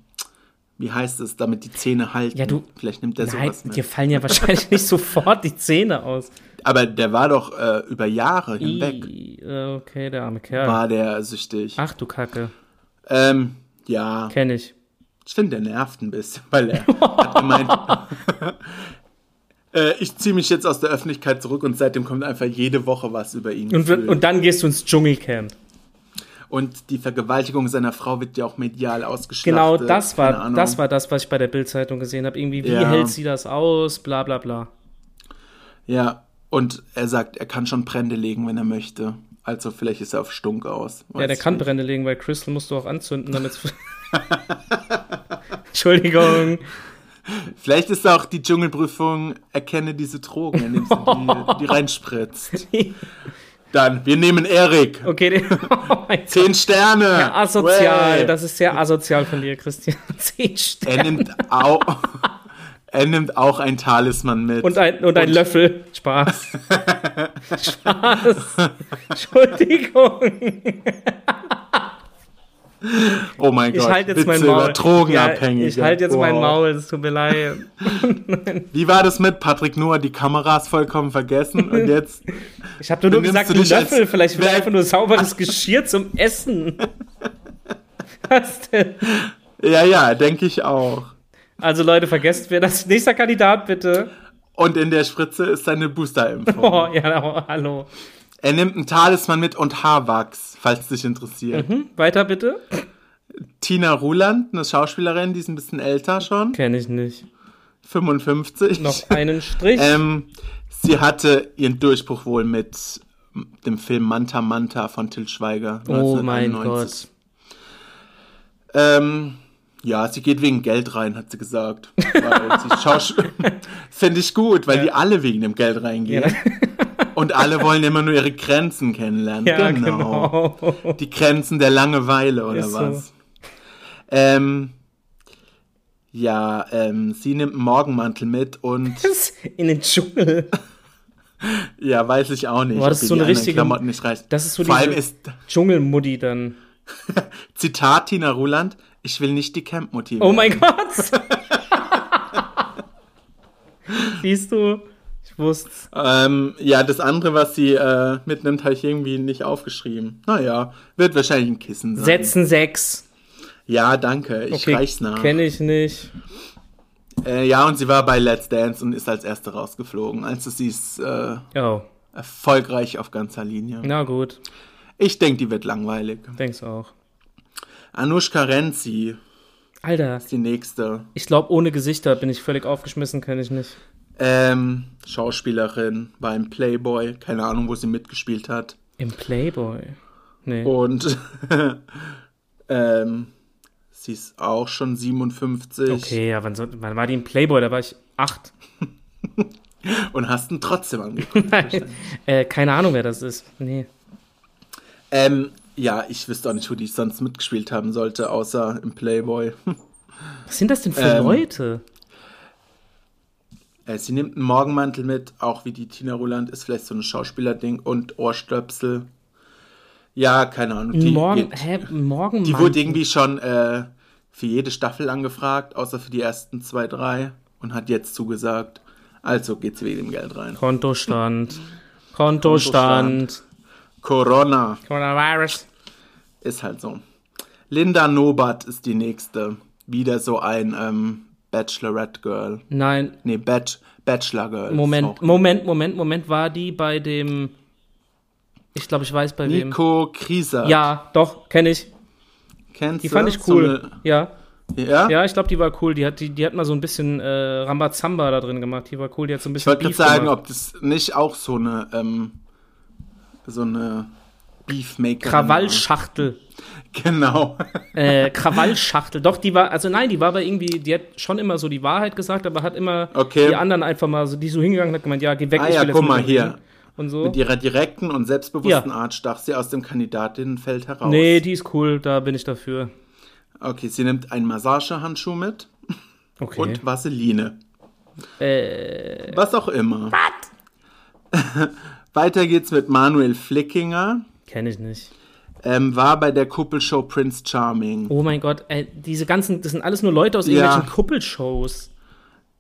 wie heißt es, damit die Zähne halten. Ja, du- Vielleicht nimmt der Nein, sowas dir mit. fallen ja wahrscheinlich nicht sofort die Zähne aus. Aber der war doch äh, über Jahre hinweg, Ih, äh, ah. Okay, der arme Kerl. war der süchtig. Ach du Kacke, Ähm, ja, kenne ich. ich finde, der nervt ein bisschen, weil er hat gemeint, äh, ich ziehe mich jetzt aus der Öffentlichkeit zurück und seitdem kommt einfach jede Woche was über ihn. Und, gefühlt. und dann gehst du ins Dschungelcamp. Und die Vergewaltigung seiner Frau wird ja auch medial Genau, ausgeschlachtet. das Keine war, Ahnung. das war das, was ich bei der Bildzeitung gesehen habe. Irgendwie, wie Ja. hält sie das aus? Bla bla bla. Ja, und er sagt, er kann schon Brände legen, wenn er möchte. Also vielleicht ist er auf Stunk aus. ja, der kann Brände legen, weil Crystal musst du auch anzünden, damit Entschuldigung. Vielleicht ist auch die Dschungelprüfung, erkenne diese Drogen, indem sie die, die reinspritzt. Dann, wir nehmen Erik. Okay, den, oh mein Gott. Zehn Sterne. Asozial, Way. das ist sehr asozial von dir, Christian. Zehn Sterne. er nimmt auch. Er nimmt auch ein Talisman mit. Und ein, und ein Löffel. Spaß. Spaß. Entschuldigung. oh mein Ich Gott, halte jetzt Witze mein Maul. über Drogenabhängige. Ja, ich halte jetzt mein Wow. Maul, es tut mir leid. Wie war das mit Patrick Noah? Die Kameras vollkommen vergessen und jetzt Ich habe nur Benimmst gesagt, du ein dich als- Löffel, vielleicht will er Wer- einfach nur sauberes Geschirr zum Essen. Was denn? Ja, ja, denke ich auch. Also Leute, vergesst wer das nächster Kandidat bitte. Und in der Spritze ist seine Boosterimpfung. Oh, ja, oh, hallo. er nimmt einen Talisman mit und Haarwachs, falls dich interessiert. Hm, weiter bitte? Tina Ruland, eine Schauspielerin, die ist ein bisschen älter schon, Kenne ich nicht. 55. Noch einen Strich. Ähm, sie hatte ihren Durchbruch wohl mit dem Film Manta Manta von Till Schweiger. oh mein 1991. Gott. Ähm, ja, sie geht wegen Geld rein, hat sie gesagt. Weil sie Schauspiel- Finde ich gut, weil die alle wegen dem Geld reingehen. Und alle wollen immer nur ihre Grenzen kennenlernen. Ja, genau. genau. Die Grenzen der Langeweile oder Ist so. was? Ähm, ja, ähm, sie nimmt einen Morgenmantel mit und Das In den Dschungel. ja, weiß ich auch nicht. Boah, das ist ob ihr so die eine anderen richtige- Klamotten nicht reicht. Das ist so Vor allem diese- ist Dschungelmuddi dann. Zitat Tina Ruland: Ich will nicht die Camp motivieren. Oh mein Gott. Siehst du? Ich wusste Ähm, ja, das andere, was sie äh, mitnimmt, habe ich irgendwie nicht aufgeschrieben. Naja, wird wahrscheinlich ein Kissen sein. Setzen sechs. Ja, danke. Ich Okay, reich's nach. Kenne ich nicht. Äh, ja, und sie war bei Let's Dance und ist als erste rausgeflogen. Also sie ist äh, Oh, erfolgreich auf ganzer Linie. na gut. Ich denke, die wird langweilig. Denk's auch. Anushka Renzi, Alter, die nächste ich glaube, ohne Gesichter bin ich völlig aufgeschmissen, kenne ich nicht. ähm, Schauspielerin, war im Playboy, keine Ahnung, wo sie mitgespielt hat. Im Playboy. Nee. Und ähm, sie ist auch schon 57. Okay, ja, wann, soll- wann war die im Playboy? Da war ich acht. und hast ihn trotzdem angeguckt. Nein. Äh, keine Ahnung, wer das ist. Nee. ähm, ja, ich wüsste auch nicht, wo die sonst mitgespielt haben sollte, außer im Playboy. Was sind das denn für Ähm. Leute? Äh, sie nimmt einen Morgenmantel mit, auch wie die Tina Roland ist vielleicht so ein Schauspielerding und Ohrstöpsel. Ja, keine Ahnung. Die, Morgen, die, hä, morgen die wurde irgendwie schon äh, für jede Staffel angefragt, außer für die ersten zwei, drei und hat jetzt zugesagt. Also geht's wegen dem Geld rein. Kontostand. Kontostand. Corona Coronavirus. ist halt so. Linda Nobert ist die nächste. Wieder so ein ähm, Bachelorette Girl. Nein, Nee, Bach Bachelor Girl. Moment, So. Moment, Moment, Moment. War die bei dem. Ich glaube, ich weiß bei wem. Nico Krieser. Ja, doch, kenne ich. Kennst Die du? fand ich So cool. eine- ja. ja? Ja, ich glaube, die war cool. Die hat, die, die hat mal so ein bisschen äh, Rambazamba da drin gemacht. Die war cool. Die hat so ein Ich bisschen. wollte Beef gerade sagen, gemacht. ob das nicht auch so eine, ähm, so eine Beefmaker. Krawallschachtel. Genau. Äh, Krawallschachtel. Doch, die war. Also nein, die war aber irgendwie. Die hat schon immer so die Wahrheit gesagt, aber hat immer Okay. die anderen einfach mal so. Die ist so hingegangen und hat gemeint: Ja, geh weg. Ah ich ja, will jetzt guck mit mal dir hier. reden. Und so. Mit ihrer direkten und selbstbewussten Oh. Ja. Art stach sie aus dem Kandidatinnenfeld heraus. Nee, die ist cool. Da bin ich dafür. Okay, sie nimmt einen Massagehandschuh mit Okay. und Vaseline. äh, Was auch immer. Weiter geht's mit Manuel Flickinger. Kenne ich nicht. Ähm, war bei der Kuppelshow Prince Charming. Oh mein Gott, ey, diese ganzen, das sind alles nur Leute aus irgendwelchen Ja. Kuppelshows.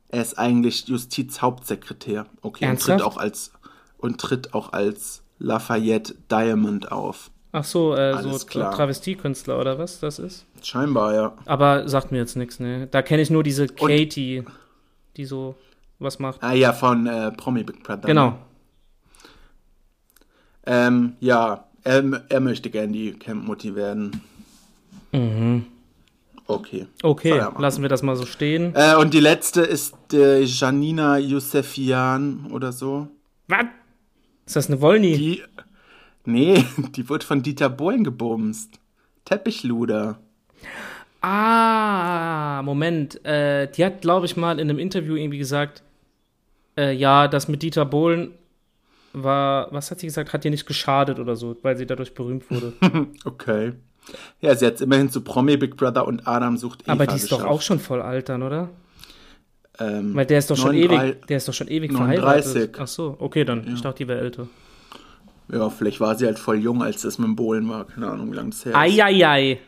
Er ist eigentlich Justizhauptsekretär. Okay, Ernsthaft? und tritt auch als und tritt auch als Lafayette Diamond auf. Ach so, äh, so Alles klar. Travestiekünstler oder was das ist. Scheinbar ja. Aber sagt mir jetzt nichts, ne? Da kenne ich nur diese Katie, die so was macht. Ah ja, von äh, Promi Big Brother. Genau. Ähm, ja, er, er möchte gern die Camp-Mutti werden. Mhm. Okay. Okay, Feierabend. lassen wir das mal so stehen. Äh, und die letzte ist äh, Janina Youssefian oder so. was? Ist das eine Wollny? Die. Nee, die wird von Dieter Bohlen gebumst. Teppichluder. Ah, Moment. Äh, die hat, glaube ich, mal in einem Interview irgendwie gesagt, äh, ja, das mit Dieter Bohlen war, was hat sie gesagt, hat ihr nicht geschadet oder so, weil sie dadurch berühmt wurde. Okay. Ja, sie hat es immerhin zu Promi Big Brother und Adam sucht Eva Aber die ist doch auch geschafft. schon voll altern, oder? Ähm, Weil der ist doch schon 39 ewig, der ist doch schon ewig 39. verheiratet. Ach so, okay, dann. Ich dachte, die wäre älter. Ja, vielleicht war sie halt voll jung, als das mit dem Bohlen war. Keine Ahnung, wie lange das her ist. Eieiei.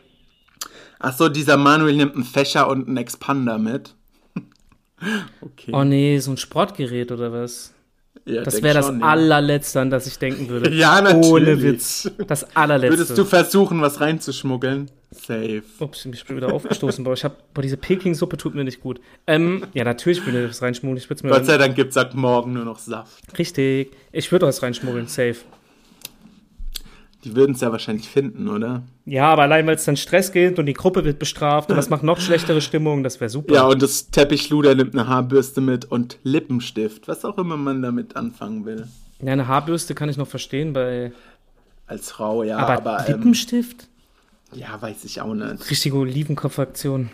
Ach so, dieser Manuel nimmt einen Fächer und einen Expander mit. okay. Oh nee, so ein Sportgerät oder was? Ja, Das denk wäre das schon, ja. allerletzte, an das ich denken würde. Ja, natürlich. Ohne Witz. Das allerletzte. Würdest du versuchen, was reinzuschmuggeln? Safe. Ups, ich bin wieder aufgestoßen. Boah, ich hab, boah, diese Peking-Suppe tut mir nicht gut. Ähm, ja, natürlich würde ich das reinschmuggeln. Ich würde Gott mir sei Dank gibt's ab morgen nur noch Saft. richtig. Ich würde das reinschmuggeln, safe. Die würden es ja wahrscheinlich finden, oder? Ja, aber allein, weil es dann Stress gibt und die Gruppe wird bestraft und das macht noch schlechtere Stimmung, das wäre super. Ja, und das Teppichluder nimmt eine Haarbürste mit und Lippenstift, was auch immer man damit anfangen will. Ja, eine Haarbürste kann ich noch verstehen bei. Als Frau, ja, Aber, aber, ähm, Lippenstift? ja, weiß ich auch nicht. Richtige Also Olivenkonfektion.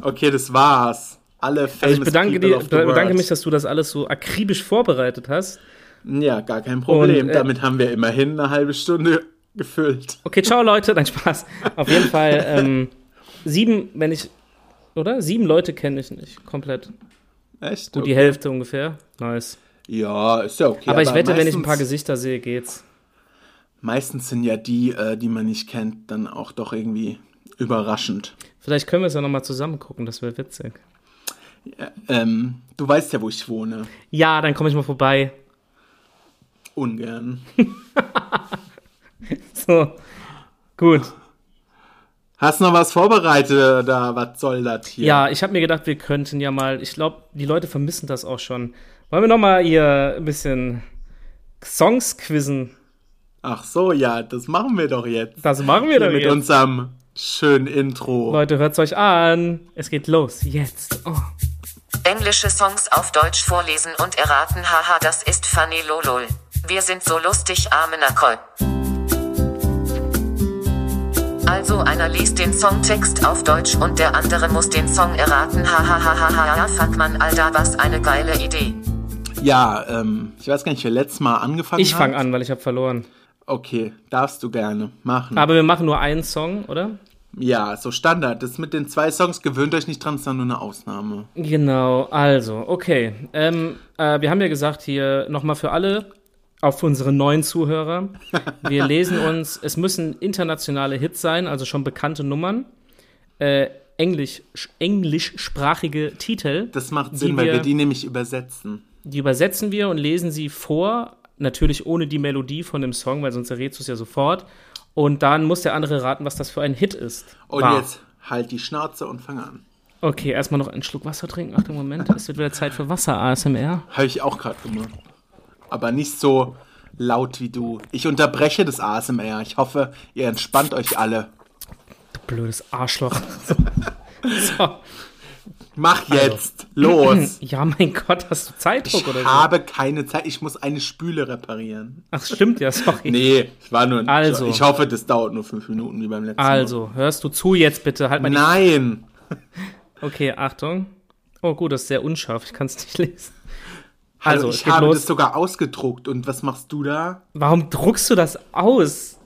Okay, das war's. Alle famous Also ich bedanke, people dir, of the world. bedanke mich, dass du das alles so akribisch vorbereitet hast. Ja, gar kein Problem. Und, äh, Damit haben wir immerhin eine halbe Stunde gefüllt. Okay, ciao Leute, nein Spaß. Auf jeden Fall ähm, sieben, wenn ich, oder? Sieben Leute kenne ich nicht komplett. Echt? Gut, die Hälfte ungefähr. Nice. Ja, ist ja okay. aber ich wette, wenn ich ein paar meistens- Gesichter sehe, geht's. Meistens sind ja die, äh, die man nicht kennt, dann auch doch irgendwie überraschend. Vielleicht können wir es ja nochmal zusammen gucken, das wäre witzig. Ähm, du weißt ja, wo ich wohne. Ja, dann komme ich mal vorbei. Ungern. So. Gut. Hast noch was vorbereitet da? Was soll das hier? Ja, ich habe mir gedacht, wir könnten ja mal, ich glaube, die Leute vermissen das auch schon. Wollen wir nochmal hier ein bisschen Songs quizzen? Ach so, ja, das machen wir doch jetzt. Das machen wir Hier doch mit jetzt. unserem schönen Intro. Leute, hört's euch an. Es geht los. Jetzt. Oh. Englische Songs auf Deutsch vorlesen und erraten. Haha, das ist funny lolol. Wir sind so lustig, arme Nacol. Also einer liest den Songtext auf Deutsch und der andere muss den Song erraten. Hahaha, fand man Alter, was eine geile Idee. Ja, ähm, ich weiß gar nicht, wer letztes Mal angefangen Ich hat. fange an, weil ich habe verloren. Okay, darfst du gerne machen. Aber wir machen nur einen Song, oder? ja, so Standard. Das mit den zwei Songs gewöhnt euch nicht dran, ist dann nur eine Ausnahme. Genau, also, okay. Ähm, äh, wir haben ja gesagt hier nochmal für alle, auch für unsere neuen Zuhörer, wir lesen uns, es müssen internationale Hits sein, also schon bekannte Nummern, äh, Englisch, englischsprachige Titel. Das macht Die Sinn, weil wir wir- die nämlich übersetzen. Die übersetzen wir und lesen sie vor, natürlich ohne die Melodie von dem Song, weil sonst errätst du es ja sofort. Und dann muss der andere raten, was das für ein Hit ist. Und War. jetzt halt die Schnauze und fang an. Okay, erstmal noch einen Schluck Wasser trinken. Achtung, Moment, es wird wieder Zeit für Wasser, ASMR. Habe ich auch gerade gemacht. Aber nicht so laut wie du. Ich unterbreche das ASMR. Ich hoffe, ihr entspannt euch alle. Du blödes Arschloch. So. so. Mach jetzt. Los. Ja, mein Also. Oh Gott, hast du Zeitdruck Ich oder so? habe keine Zeit. Ich muss eine Spüle reparieren. Ach, stimmt ja, sorry. Nee, ich war nur ein Also. Ich hoffe, das dauert nur fünf Minuten wie beim letzten Also, hörst du zu jetzt bitte? Halt mal Mal. Nein. die. Okay, Achtung. Oh, gut, das ist sehr unscharf. Ich kann es nicht lesen. Hallo, Also, es ich geht habe los. das sogar ausgedruckt. Und was machst du da? Warum druckst du das aus?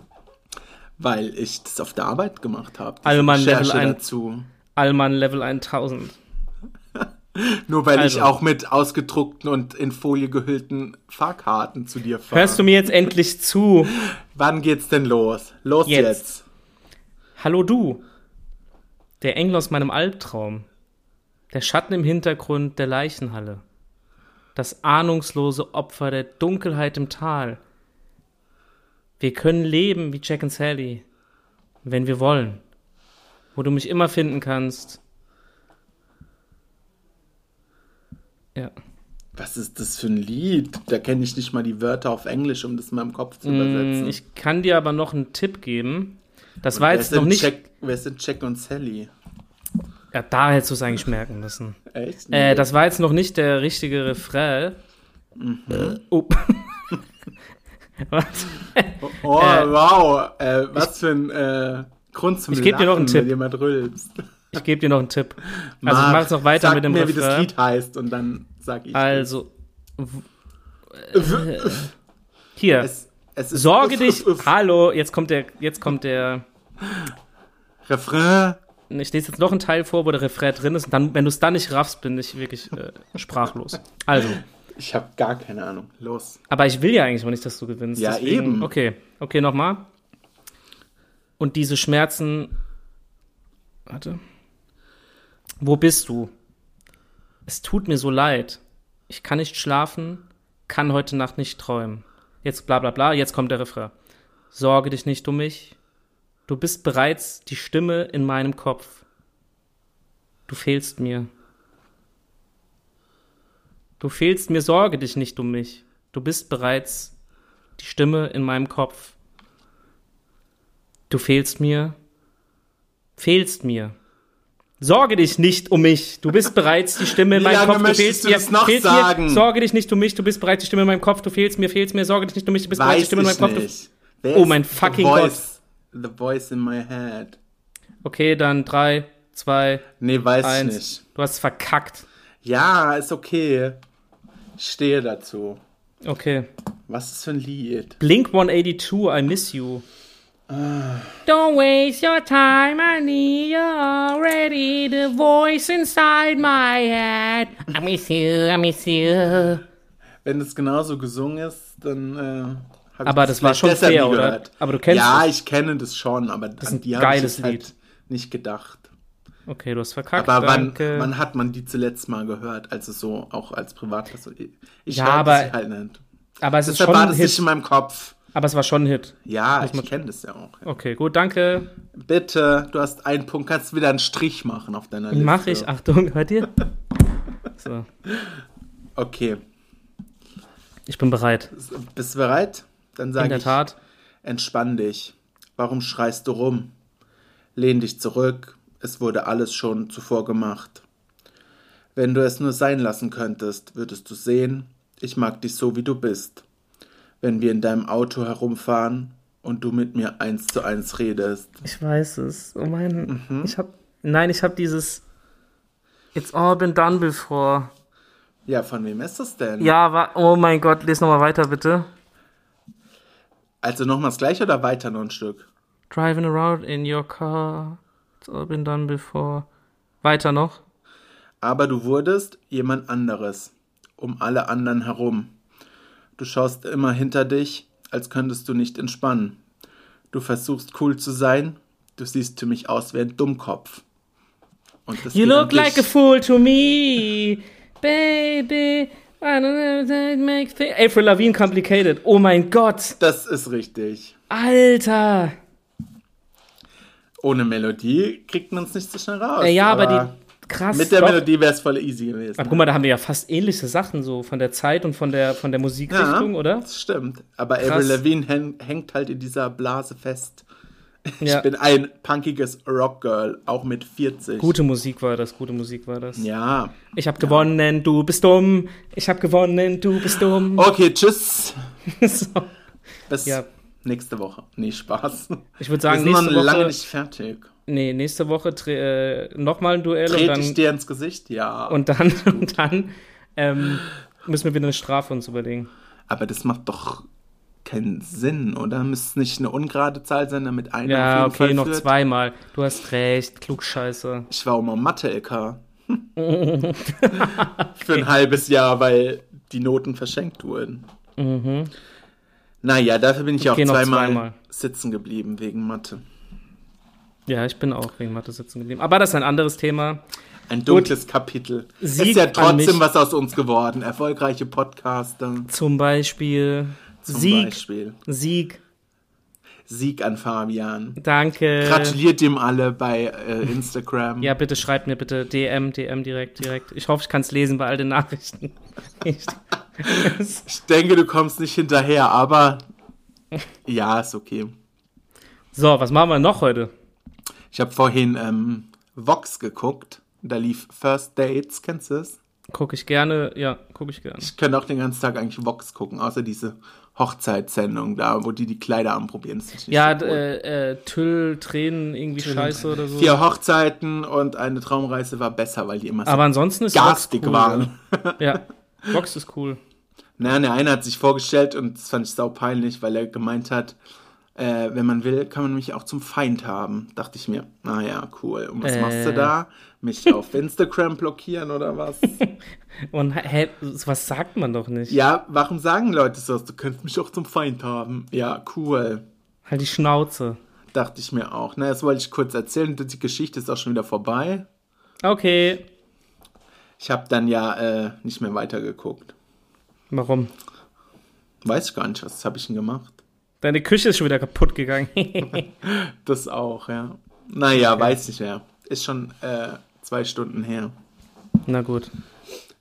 Weil ich das auf der Also, Arbeit gemacht habe. Diese Allmann Level Recherche 1. dazu. Allmann Level 1000. Nur weil Also. ich auch mit ausgedruckten und in Folie gehüllten Fahrkarten zu dir fahre. Hörst du mir jetzt endlich zu? Wann geht's denn los? Los Jetzt. jetzt. Hallo du. Der Engel aus meinem Albtraum. Der Schatten im Hintergrund der Leichenhalle. Das ahnungslose Opfer der Dunkelheit im Tal. Wir können leben wie Jack und Sally, wenn wir wollen. Wo du mich immer finden kannst. Ja. Was ist das für ein Lied? Da kenne ich nicht mal die Wörter auf Englisch, um das in meinem Kopf zu übersetzen. Mm, Ich kann dir aber noch einen Tipp geben. Das war wer, jetzt sind noch nicht. Jack, wer sind Jack und Sally? Ja, da hättest du es eigentlich merken müssen. Echt? Äh, das war jetzt noch nicht der richtige Refrain. Mhm. Oh. Warte. oh, äh, wow. Äh, was für ein äh, Grund zum Ich geb dir noch einen Lachen, wenn Tipp. jemand rülpst. ich gebe dir noch einen Tipp. Also ich Marc, mache jetzt noch weiter sag mit dem mir, wie das Refrain. Lied heißt und dann sag ich. Also äh, hier. Äh, es, es ist Sorge uff, dich. uff, uff. Hallo, jetzt kommt der jetzt kommt der Refrain. ich lese jetzt noch einen Teil vor, wo der Refrain drin ist und dann wenn du es dann nicht raffst, bin ich wirklich äh, sprachlos. Also, Ich habe gar keine Ahnung. Los. aber ich will ja eigentlich auch nicht, dass du gewinnst. Ja, eben. Okay, okay, nochmal. Und diese Schmerzen. Warte. Wo bist du? Es tut mir so leid. Ich kann nicht schlafen, kann heute Nacht nicht träumen. Jetzt bla bla bla, jetzt kommt der Refrain. Sorge dich nicht um mich. Du bist bereits die Stimme in meinem Kopf. Du fehlst mir. Du fehlst mir, sorge dich nicht um mich. Du bist bereits die Stimme in meinem Kopf. Du fehlst mir, fehlst mir. Sorge dich nicht um mich. Du bist bereits die Stimme in Wie meinem lange Kopf. Du möchtest fehlst du mir, das noch fehlst mir. sagen? Sorge dich nicht um mich. Du bist bereits die Stimme in meinem Kopf. Du fehlst mir, fehlst mir. Sorge dich nicht um mich. Du bist bereits die Weiß Stimme in meinem ich Kopf. Du nicht. Wer Oh, ist mein the fucking voice, The voice in my head. Okay, dann drei, zwei, Nee, weiß ich eins. nicht. Du hast verkackt. Ja, ist okay. Ich stehe dazu. Okay. Was ist für ein Lied? Blink 182, I miss you. Ah. Don't waste your time, I need you already. The voice inside my head. I miss you, I miss you. Wenn es genauso gesungen ist, dann äh, habe ich Aber das war vielleicht schon deshalb fair, nie oder? gehört. Aber du kennst Ja, es. ich kenne das schon, aber das ist ein an die habe ich geiles jetzt halt nicht gedacht. Okay, du hast verkackt. Aber wann, Danke. wann hat man die zuletzt mal gehört? Also so auch als Privatperson. Ich Ja, höre aber- das halt nicht. aber es ist Deshalb schon war ein das nicht Hit. in meinem Kopf. Aber es war schon ein Hit. Ja, ich kenne das ja auch. Okay, gut, danke. Bitte, du hast einen Punkt, kannst wieder einen Strich machen auf deiner Liste. Mach ich. Achtung, hört ihr? So, Okay, ich bin bereit. bist du bereit? Dann In sage der ich, Tat. entspann dich. Warum schreist du rum? Lehn dich zurück, es wurde alles schon zuvor gemacht. Wenn du es nur sein lassen könntest, würdest du sehen, ich mag dich so, wie du bist. Wenn wir in deinem Auto herumfahren und du mit mir eins zu eins redest. Ich weiß es. Oh mein, ich hab, nein, ich hab dieses It's all been done before. Ja, von wem ist das denn? Ja, wa- oh mein Gott, lese nochmal weiter, bitte. Also nochmals gleich oder weiter noch ein Stück? Driving around in your car. It's all been done before. Weiter noch. Aber du wurdest jemand anderes, um alle anderen herum. Du schaust immer hinter dich, als könntest du nicht entspannen. Du versuchst cool zu sein, du siehst für mich aus wie ein Dummkopf. Und das You geht an look like a dich. fool to me, baby. I don't know if that makes thi- April Lavigne complicated. Oh mein Gott, Das ist richtig. Alter. Ohne Melodie kriegt man es nicht so schnell raus. Äh, ja, aber, die krass. mit der doch. Melodie wäre es voll easy Aber gewesen. guck mal, da haben wir ja fast ähnliche Sachen so von der Zeit und von der von der Musikrichtung, oder? Das stimmt. Aber Avril Lavigne häng- hängt halt in dieser Blase fest. Ja. Ich bin ein punkiges Rockgirl, auch mit 40. Gute Musik war das, gute Musik war das. Ja. Ich hab gewonnen, du bist dumm. Ich hab gewonnen, du bist dumm. Okay, tschüss. So. Bis Ja. nächste Woche. Nee, Spaß. Ich würde sagen, Wir sind nächste noch Woche, lange nicht fertig. nee, nächste Woche tre- äh, nochmal ein Duell und Trete ich dann, dir ins Gesicht? Ja. und dann, und dann ähm, müssen wir wieder eine Strafe uns überlegen. Aber das macht doch keinen Sinn, oder? Müsste es nicht eine ungerade Zahl sein, damit einer Ja, auf jeden okay, Fall noch führt? zweimal. Du hast recht, klugscheiße. Ich war auch mal Mathe-LK. Für ein halbes Jahr, weil die Noten verschenkt wurden. Naja, dafür bin ich auch Mhm. Okay, noch zweimal, zweimal. sitzen geblieben wegen Mathe. Ja, ich bin auch wegen Mathe sitzen geblieben. Aber das ist ein anderes Thema. Ein dunkles Kapitel. Sieg Ist ja an trotzdem mich. was aus uns geworden. Erfolgreiche Podcaster Zum Beispiel zum Sieg. Beispiel. Sieg. Sieg an Äh. Fabian. Danke. Gratuliert ihm alle bei äh, Instagram. Ja, bitte schreibt mir bitte DM, DM direkt, direkt. Ich hoffe, ich kann es lesen bei all den Nachrichten. Ich, Ich denke, du kommst nicht hinterher, aber ja, ist okay. so, was machen wir noch heute? Ich habe vorhin ähm, Vox geguckt. Da lief First Dates, kennst du es? Gucke ich gerne, ja, gucke ich gerne. Ich könnte auch den ganzen Tag eigentlich Vox gucken, außer diese Hochzeitssendung da, wo die die Kleider anprobieren. Das ist nicht Ja, so d- cool. äh, äh, Tüll, Tränen, irgendwie Scheiße oder so. Vier Hochzeiten und eine Traumreise war besser, weil die immer so Aber ansonsten ist Vox garstig cool. waren. Ja, Vox ist cool. Na, der eine hat sich vorgestellt und das fand ich sau peinlich, weil er gemeint hat, äh, wenn man will, kann man mich auch zum Feind haben. Dachte ich mir, naja, cool. Und was Äh. machst du da? Mich auf Instagram blockieren oder was? Und hä, was sagt man doch nicht? ja, warum sagen Leute sowas? Du könntest mich auch zum Feind haben. Ja, cool. Halt die Schnauze. Dachte ich mir auch. Na, das wollte ich kurz erzählen. Die Geschichte ist auch schon wieder vorbei. Okay. Ich habe dann ja äh, nicht mehr weitergeguckt. Warum? Weiß ich gar nicht, was habe ich denn gemacht? Deine Küche ist schon wieder kaputt gegangen. Das auch, ja. Naja, weiß ich mehr. Ist schon äh, zwei Stunden her. Na gut.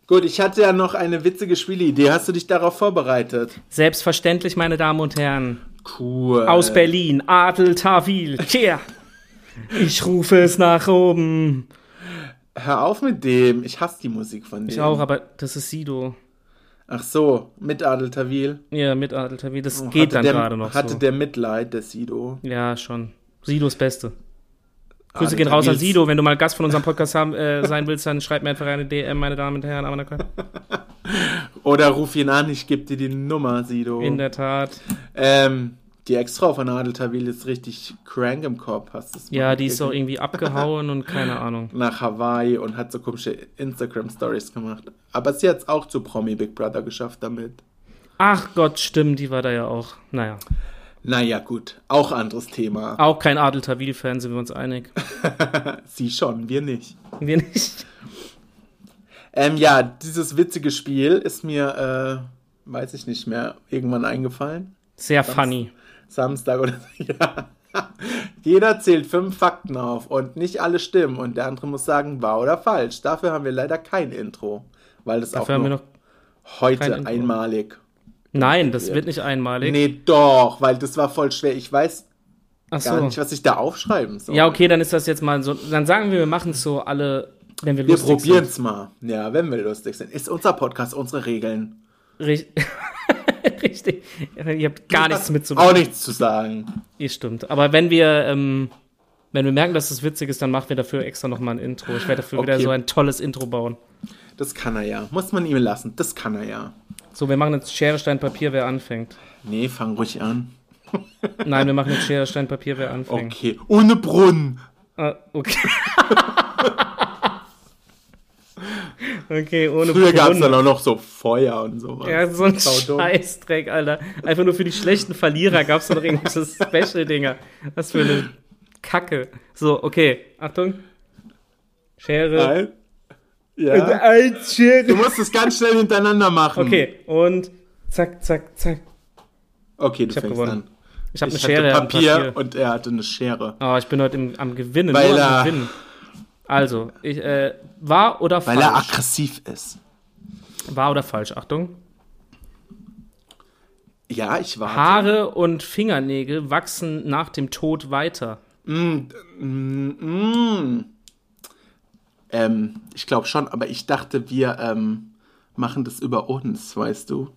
Gut, ich hatte ja noch eine witzige Spielidee. Hast du dich darauf vorbereitet? Selbstverständlich, meine Damen und Herren. Cool. Aus Berlin, Adel Tawil. Yeah. Ich rufe es nach oben. Hör auf mit dem. Ich hasse die Musik von dem. Ich auch, aber das ist Sido. Ach so, mit Adel Tawil. Ja, mit Adel Tawil. Das geht Hatte dann der- gerade noch Hatte so. der Mitleid, der Sido. ja, schon. Sido ist Beste. Grüße Adel gehen raus an Tawils- Sido. Wenn du mal Gast von unserem Podcast haben, äh, sein willst, dann schreib mir einfach eine DM, meine Damen und Herren. Aber Oder ruf ihn an, ich gebe dir die Nummer, Sido. in der Tat. ähm, die Ex-Frau von Adel Tawil ist richtig crank im Kopf. Hast du es Ja, die ist auch irgendwie abgehauen und keine Ahnung. nach Hawaii und hat so komische Instagram-Stories gemacht. Aber sie hat es auch zu Promi Big Brother geschafft damit. Ach Gott, stimmt, die war da ja auch. Naja. Naja, gut, auch anderes Thema. Auch kein Adel Tawil-Fan, sind wir uns einig. Sie schon, wir nicht. Wir nicht. Ähm, ja, dieses witzige Spiel ist mir, äh, weiß ich nicht mehr, irgendwann eingefallen. Sehr funny. Samstag oder ja. Jeder zählt fünf Fakten auf und nicht alle stimmen und der andere muss sagen, wahr oder falsch. Dafür haben wir leider kein Intro, weil das Dafür auch haben nur wir noch. kein heute Intro. einmalig. Nein, das wird nicht einmalig. Nee, doch, weil das war voll schwer. Ich weiß Ach gar so. nicht, was ich da aufschreiben soll. Ja, okay, dann ist das jetzt mal so. Dann sagen wir, wir machen es so alle, wenn wir Wir lustig probieren sind. es mal. Ja, wenn wir lustig sind. Ist unser Podcast, unsere Regeln. Richt- Richtig. Ihr habt gar nichts mitzumachen. Auch nichts zu sagen. Ihr stimmt. Aber wenn wir, ähm, wenn wir merken, dass es witzig ist, dann machen wir dafür extra nochmal ein Intro. Ich werde dafür wieder Okay. so ein tolles Intro bauen. Das kann er ja. Muss man ihm lassen. Das kann er ja. So, wir machen jetzt Schere, Stein, Papier, wer anfängt. Nee, fang ruhig an. Nein, wir machen jetzt Schere, Stein, Papier, wer anfängt. Okay. Ohne Brunnen. Okay. okay. okay, ohne Früher gab es Brunnen. dann auch noch so Feuer und sowas. Ja, so ein Sau dumm. Scheißdreck, Alter. Einfach nur für die schlechten Verlierer gab es noch irgendwelche Special-Dinger. Was für eine Kacke. So, okay. Achtung. Schere. Nein? Ja. Eins, Du Schere. musst es ganz schnell hintereinander machen. Okay, und zack, zack, zack. Okay, du hab fängst gewonnen. an. Ich habe eine Ich Schere. hatte am Papier, und er hatte eine Schere. Oh, ich bin heute im, am Gewinnen. Weil nur er- am Gewinnen. Also, ich, äh, wahr oder Weil er falsch? aggressiv ist. Wahr oder falsch, Achtung. Ja, ich war. Haare und Fingernägel wachsen nach dem Tod weiter. Ähm, ich glaube schon, aber ich dachte, wir ähm, machen das über uns, weißt du?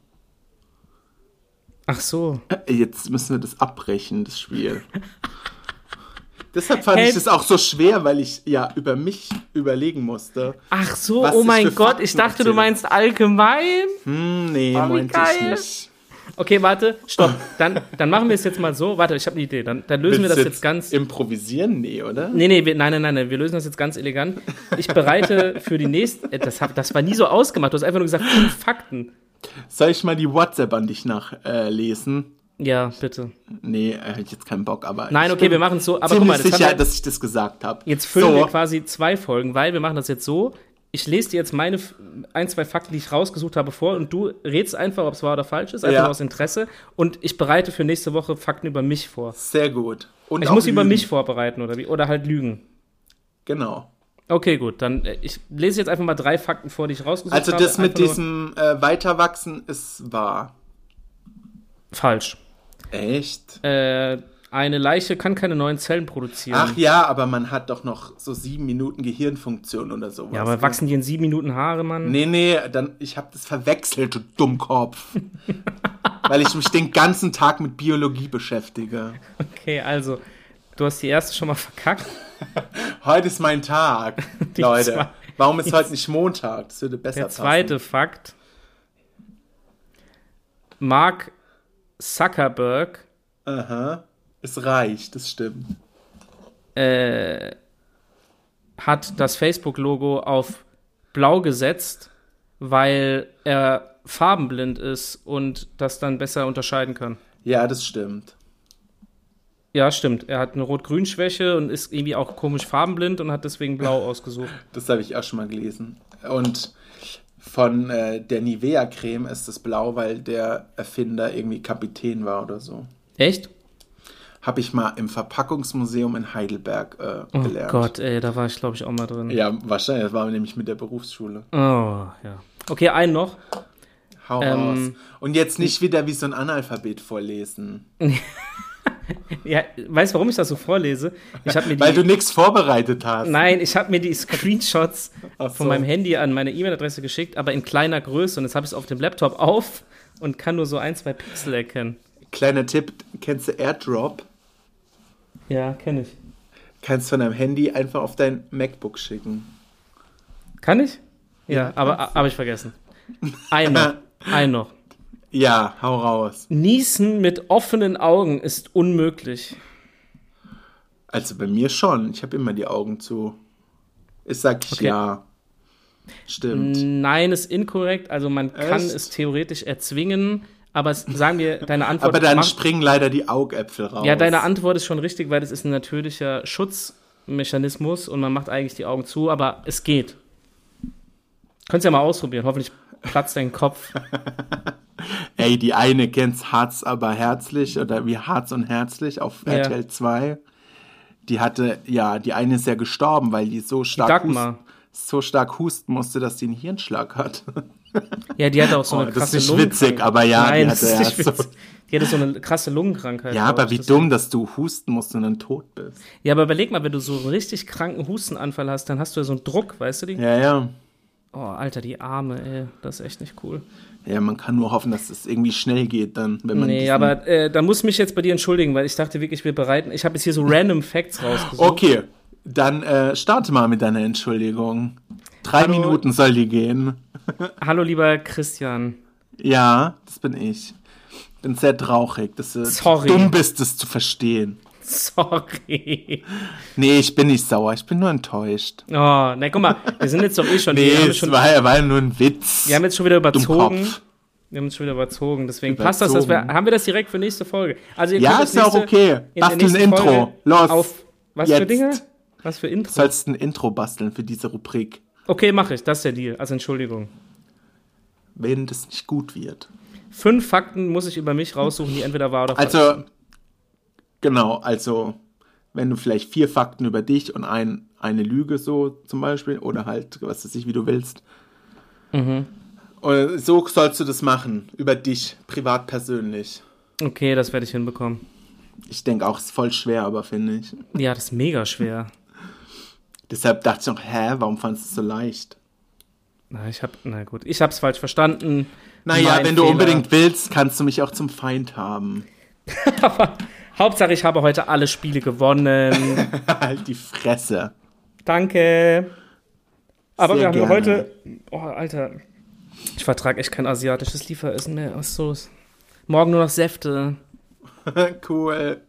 Ach so. Äh, Jetzt müssen wir das abbrechen, das Spiel. Deshalb fand Hey. ich das auch so schwer, weil ich ja über mich überlegen musste. Ach so, Was oh ich mein für Gott, ich Fakten dachte, du erzähle. meinst allgemein. Hm, nee, Oh, wie meinte geil. ich nicht. Okay, warte, stopp. Dann, dann machen wir es jetzt mal so. Warte, ich habe eine Idee. Dann, dann lösen wir Willst das du jetzt, ganz. Improvisieren? Nee, oder? Nee, nee, wir, nein, nein, nein, nein, wir lösen das jetzt ganz elegant. Ich bereite für die nächste. äh, Das, hab, das war nie so ausgemacht. Du hast einfach nur gesagt, fünf Fakten. Soll ich mal die WhatsApp an dich nachlesen? Äh, lesen? Ja, bitte. nee, äh, hab ich jetzt keinen Bock, aber. Nein, ich okay, bin wir machen es so. Aber guck ziemlich mal, das sicher, haben wir, dass ich das gesagt habe. jetzt füllen so, wir quasi zwei Folgen, weil wir machen das jetzt so. Ich lese dir jetzt meine f- ein, zwei Fakten, die ich rausgesucht habe, vor und du rätst einfach, ob es wahr oder falsch ist, einfach Ja. nur aus Interesse. Und ich bereite für nächste Woche Fakten über mich vor. Sehr gut. Und Ich auch muss über lügen. mich vorbereiten oder wie? Oder halt lügen. Genau. Okay, gut. Dann äh, ich lese jetzt einfach mal drei Fakten vor, die ich rausgesucht Also, habe. das mit Einfach nur- diesem äh, Weiterwachsen ist wahr. falsch. Echt? Äh, eine Leiche kann keine neuen Zellen produzieren. Ach ja, aber man hat doch noch so sieben Minuten Gehirnfunktion oder sowas. ne? ja, aber wachsen die in sieben Minuten Haare, Mann? Nee, nee, dann, ich habe das verwechselt, du Dummkopf. Weil ich mich den ganzen Tag mit Biologie beschäftige. Okay, also du hast die erste schon mal verkackt. Heute ist mein Tag, Leute. zwei- Warum ist heute nicht Montag? Das würde besser Der zweite Fakt. Mark Zuckerberg passen. Aha. Ist reich, das stimmt. äh, hat das Facebook-Logo auf blau gesetzt, weil er farbenblind ist und das dann besser unterscheiden kann. Ja, das stimmt. Ja, stimmt. Er hat eine Rot-Grün-Schwäche und ist irgendwie auch komisch farbenblind und hat deswegen blau ausgesucht. Das habe ich auch schon mal gelesen. Und von äh, der Nivea-Creme ist es blau, weil der Erfinder irgendwie Kapitän war oder so. Echt? Habe ich mal im Verpackungsmuseum in Heidelberg äh, Oh gelernt. Gott, ey, da war ich, glaube ich, auch mal drin. Ja, wahrscheinlich. Das war nämlich mit der Berufsschule. Oh, ja. Okay, einen noch. Hau Ähm, raus. Und jetzt nicht wieder wie so ein Analphabet vorlesen. Ja, weißt du, warum ich das so vorlese? Ich habe mir die Weil du nichts vorbereitet hast. Nein, ich habe mir die Screenshots Ach von so. meinem Handy an meine E-Mail-Adresse geschickt, aber in kleiner Größe. Und jetzt habe ich es auf dem Laptop auf und kann nur so ein, zwei Pixel erkennen. Kleiner Tipp, kennst du AirDrop? Ja, kenne ich. Kannst von deinem Handy einfach auf dein MacBook schicken. Kann ich? Ja, aber habe ich vergessen. Ein noch. Ein noch. Ja, hau raus. Niesen mit offenen Augen ist unmöglich. Also bei mir schon. Ich habe immer die Augen zu. Ich sag Okay. Mm, ja. Stimmt. Nein, ist inkorrekt. Also man kann Echt? es theoretisch erzwingen, aber es, sagen wir, deine Antwort Aber dann macht- springen leider die Augäpfel raus. Ja, deine Antwort ist schon richtig, weil das ist ein natürlicher Schutzmechanismus und man macht eigentlich die Augen zu, aber es geht. Könntest ja mal ausprobieren. Hoffentlich platzt dein Kopf. Ey, die eine kennt's Harz aber herzlich oder wie Harz und herzlich auf Ja. RTL 2. Die hatte, ja, die eine ist ja gestorben, weil die so stark, Dagmar. husten- so stark husten musste, dass die einen Hirnschlag hat. Ja, die hatte auch so eine Oh, das krasse ist nicht Lungenkrankheit. witzig, aber ja, die Nein, das hatte ist ja nicht so- witzig. Die hatte so eine krasse Lungenkrankheit. ja, glaub aber ich. wie Das- dumm, dass du husten musst und dann tot bist. Ja, aber überleg mal, wenn du so einen richtig kranken Hustenanfall hast, dann hast du ja so einen Druck, weißt du die? Ja, ja. Oh, Alter, die Arme, ey, das ist echt nicht cool. Ja, man kann nur hoffen, dass es irgendwie schnell geht dann, wenn man Nee, diesen- aber äh, da muss ich mich jetzt bei dir entschuldigen, weil ich dachte wirklich, wir bereiten. Ich habe jetzt hier so random Facts rausgesucht. Okay, dann äh, starte mal mit deiner Entschuldigung. Drei Hallo. Minuten soll die gehen. Hallo, lieber Christian. Ja, das bin ich. Bin sehr traurig, dass du Sorry. dumm bist, das zu verstehen. Sorry. Nee, ich bin nicht sauer, ich bin nur enttäuscht. Oh, na guck mal, wir sind jetzt doch eh schon. Nee, wir, haben es schon war, ja- war ja nur ein Witz. wir haben jetzt schon wieder überzogen. Dummkopf. Wir haben jetzt schon wieder überzogen. Deswegen passt das, dass wir, Überzogen. haben wir das direkt für nächste Folge. Also ihr Ja, könnt ist jetzt ja auch nächste- okay. in Bastel der ein nächsten Intro. Folge Los. Auf was für Jetzt. Dinge? Was für Intro? Du sollst ein Intro basteln für diese Rubrik, Okay, mache ich. Das ist der Deal. Also Entschuldigung. wenn das nicht gut wird. Fünf Fakten muss ich über mich raussuchen, die entweder wahr oder falsch sind. Also, genau, also, wenn du vielleicht vier Fakten über dich und ein, eine Lüge so zum Beispiel, oder halt, was weiß ich, wie du willst. Mhm. Und so sollst du das machen, über dich, privat, persönlich. Okay, das werde ich hinbekommen. Ich denke auch, es ist voll schwer, aber finde ich. Ja, das ist mega schwer. Deshalb dachte ich auch, hä, warum fandest du es so leicht? Na, ich hab, na gut, ich hab's falsch verstanden. Naja, Mein wenn du Fehler. unbedingt willst, kannst du mich auch zum Feind haben. Hauptsache, ich habe heute alle Spiele gewonnen. halt die Fresse. Danke. Aber Sehr wir haben ja gerne. heute. Oh, Alter. Ich vertrage echt kein asiatisches Lieferessen mehr. Ach so. Morgen nur noch Säfte. cool.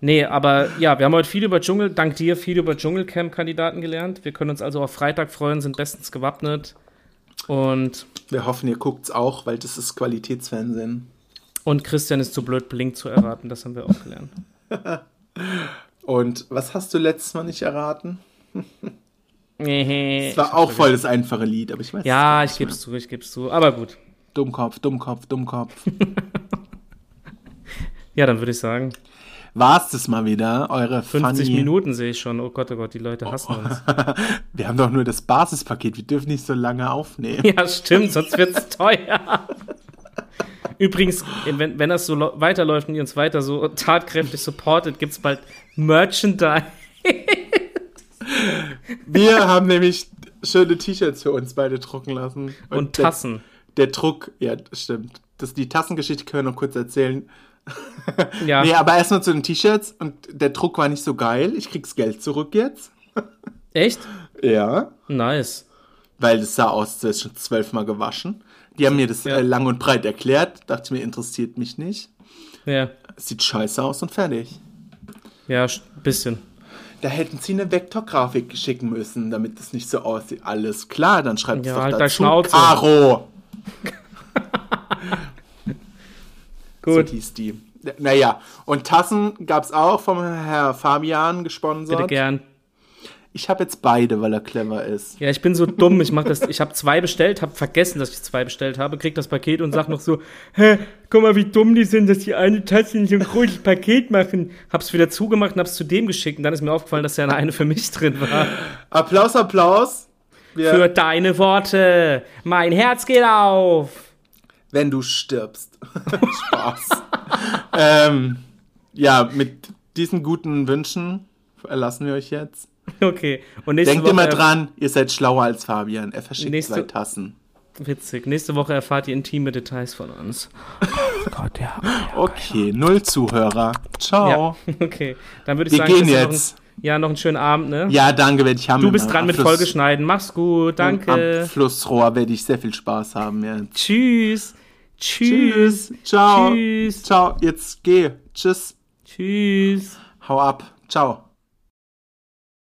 Nee, aber ja, wir haben heute viel über Dschungel, dank dir viel über Dschungelcamp-Kandidaten gelernt. Wir können uns also auf Freitag freuen, sind bestens gewappnet. Und, Wir hoffen, ihr guckt's auch, weil das ist Qualitätsfernsehen. und Christian ist zu blöd, Blink zu erraten, das haben wir auch gelernt. Und was hast du letztes Mal nicht erraten? Nee. Es war auch voll das einfache Lied, aber ich weiß Ja, es ich gar nicht geb's zu, ich geb's zu. Aber gut. mehr. Dummkopf, Dummkopf, Dummkopf. Ja, dann würde ich sagen, War's das mal wieder, eure 50 funny... Minuten sehe ich schon. Oh Gott, oh Gott, die Leute hassen uns. Wir haben doch nur das Basispaket, wir dürfen nicht so lange aufnehmen. Ja, stimmt, sonst wird's teuer. Übrigens, wenn, wenn das so lo- weiterläuft und ihr uns weiter so tatkräftig supportet, gibt's bald Merchandise. Wir haben nämlich schöne T-Shirts für uns beide drucken lassen. Und Tassen. Der, der Druck, ja, das stimmt. Das, die Tassengeschichte können wir noch kurz erzählen. Ja, Nee, aber erstmal zu den T-Shirts und der Druck war nicht so geil. Ich krieg's Geld zurück jetzt. echt? Ja. Nice. Weil das sah aus, das ist schon zwölfmal gewaschen. Die haben mir das Ja. äh, lang und breit erklärt. Dachte ich mir, interessiert mich nicht. Ja, Sieht scheiße aus und fertig. ja, ein bisschen. Da hätten sie eine Vektorgrafik schicken müssen, damit es nicht so aussieht. Alles klar, dann schreibt Ja, es doch halt deine dazu. Schnauze. Caro! So Gut, hieß die. Naja, und Tassen gab's auch vom Herr Fabian gesponsert. bitte gern. Ich habe jetzt beide, weil er clever ist. Ja, ich bin so dumm. Ich mach das. Ich habe zwei bestellt, habe vergessen, dass ich zwei bestellt habe. Krieg das Paket und sag noch so: Hä, guck mal, wie dumm die sind, dass die eine Tasse nicht so ein großes Paket machen. Hab's wieder zugemacht und hab's zu dem geschickt. Und dann ist mir aufgefallen, dass ja eine für mich drin war. Applaus, Applaus. Wir, Für deine Worte. Mein Herz geht auf. wenn du stirbst. Spaß. ähm, ja, mit diesen guten Wünschen erlassen wir euch jetzt. Okay. Und nächste Denkt Woche immer dran, ihr seid schlauer als Fabian. Er verschickt Nächste- zwei Tassen. Witzig. Nächste Woche erfahrt ihr intime Details von uns. Oh Gott, ja. Okay, null Zuhörer. Ciao. Ja. Okay. Dann würde ich Wir sagen, gehen Christian, jetzt. Noch einen, ja, noch einen schönen Abend, ne? Ja, danke, werde ich haben. Du bist dran mit Folgeschneiden. Mach's gut. Am Danke. Flussrohr werde ich sehr viel Spaß haben jetzt. Tschüss. Tschüss. Ciao. Tschüss. Ciao. Jetzt geh. Tschüss. Tschüss. Hau ab. Ciao.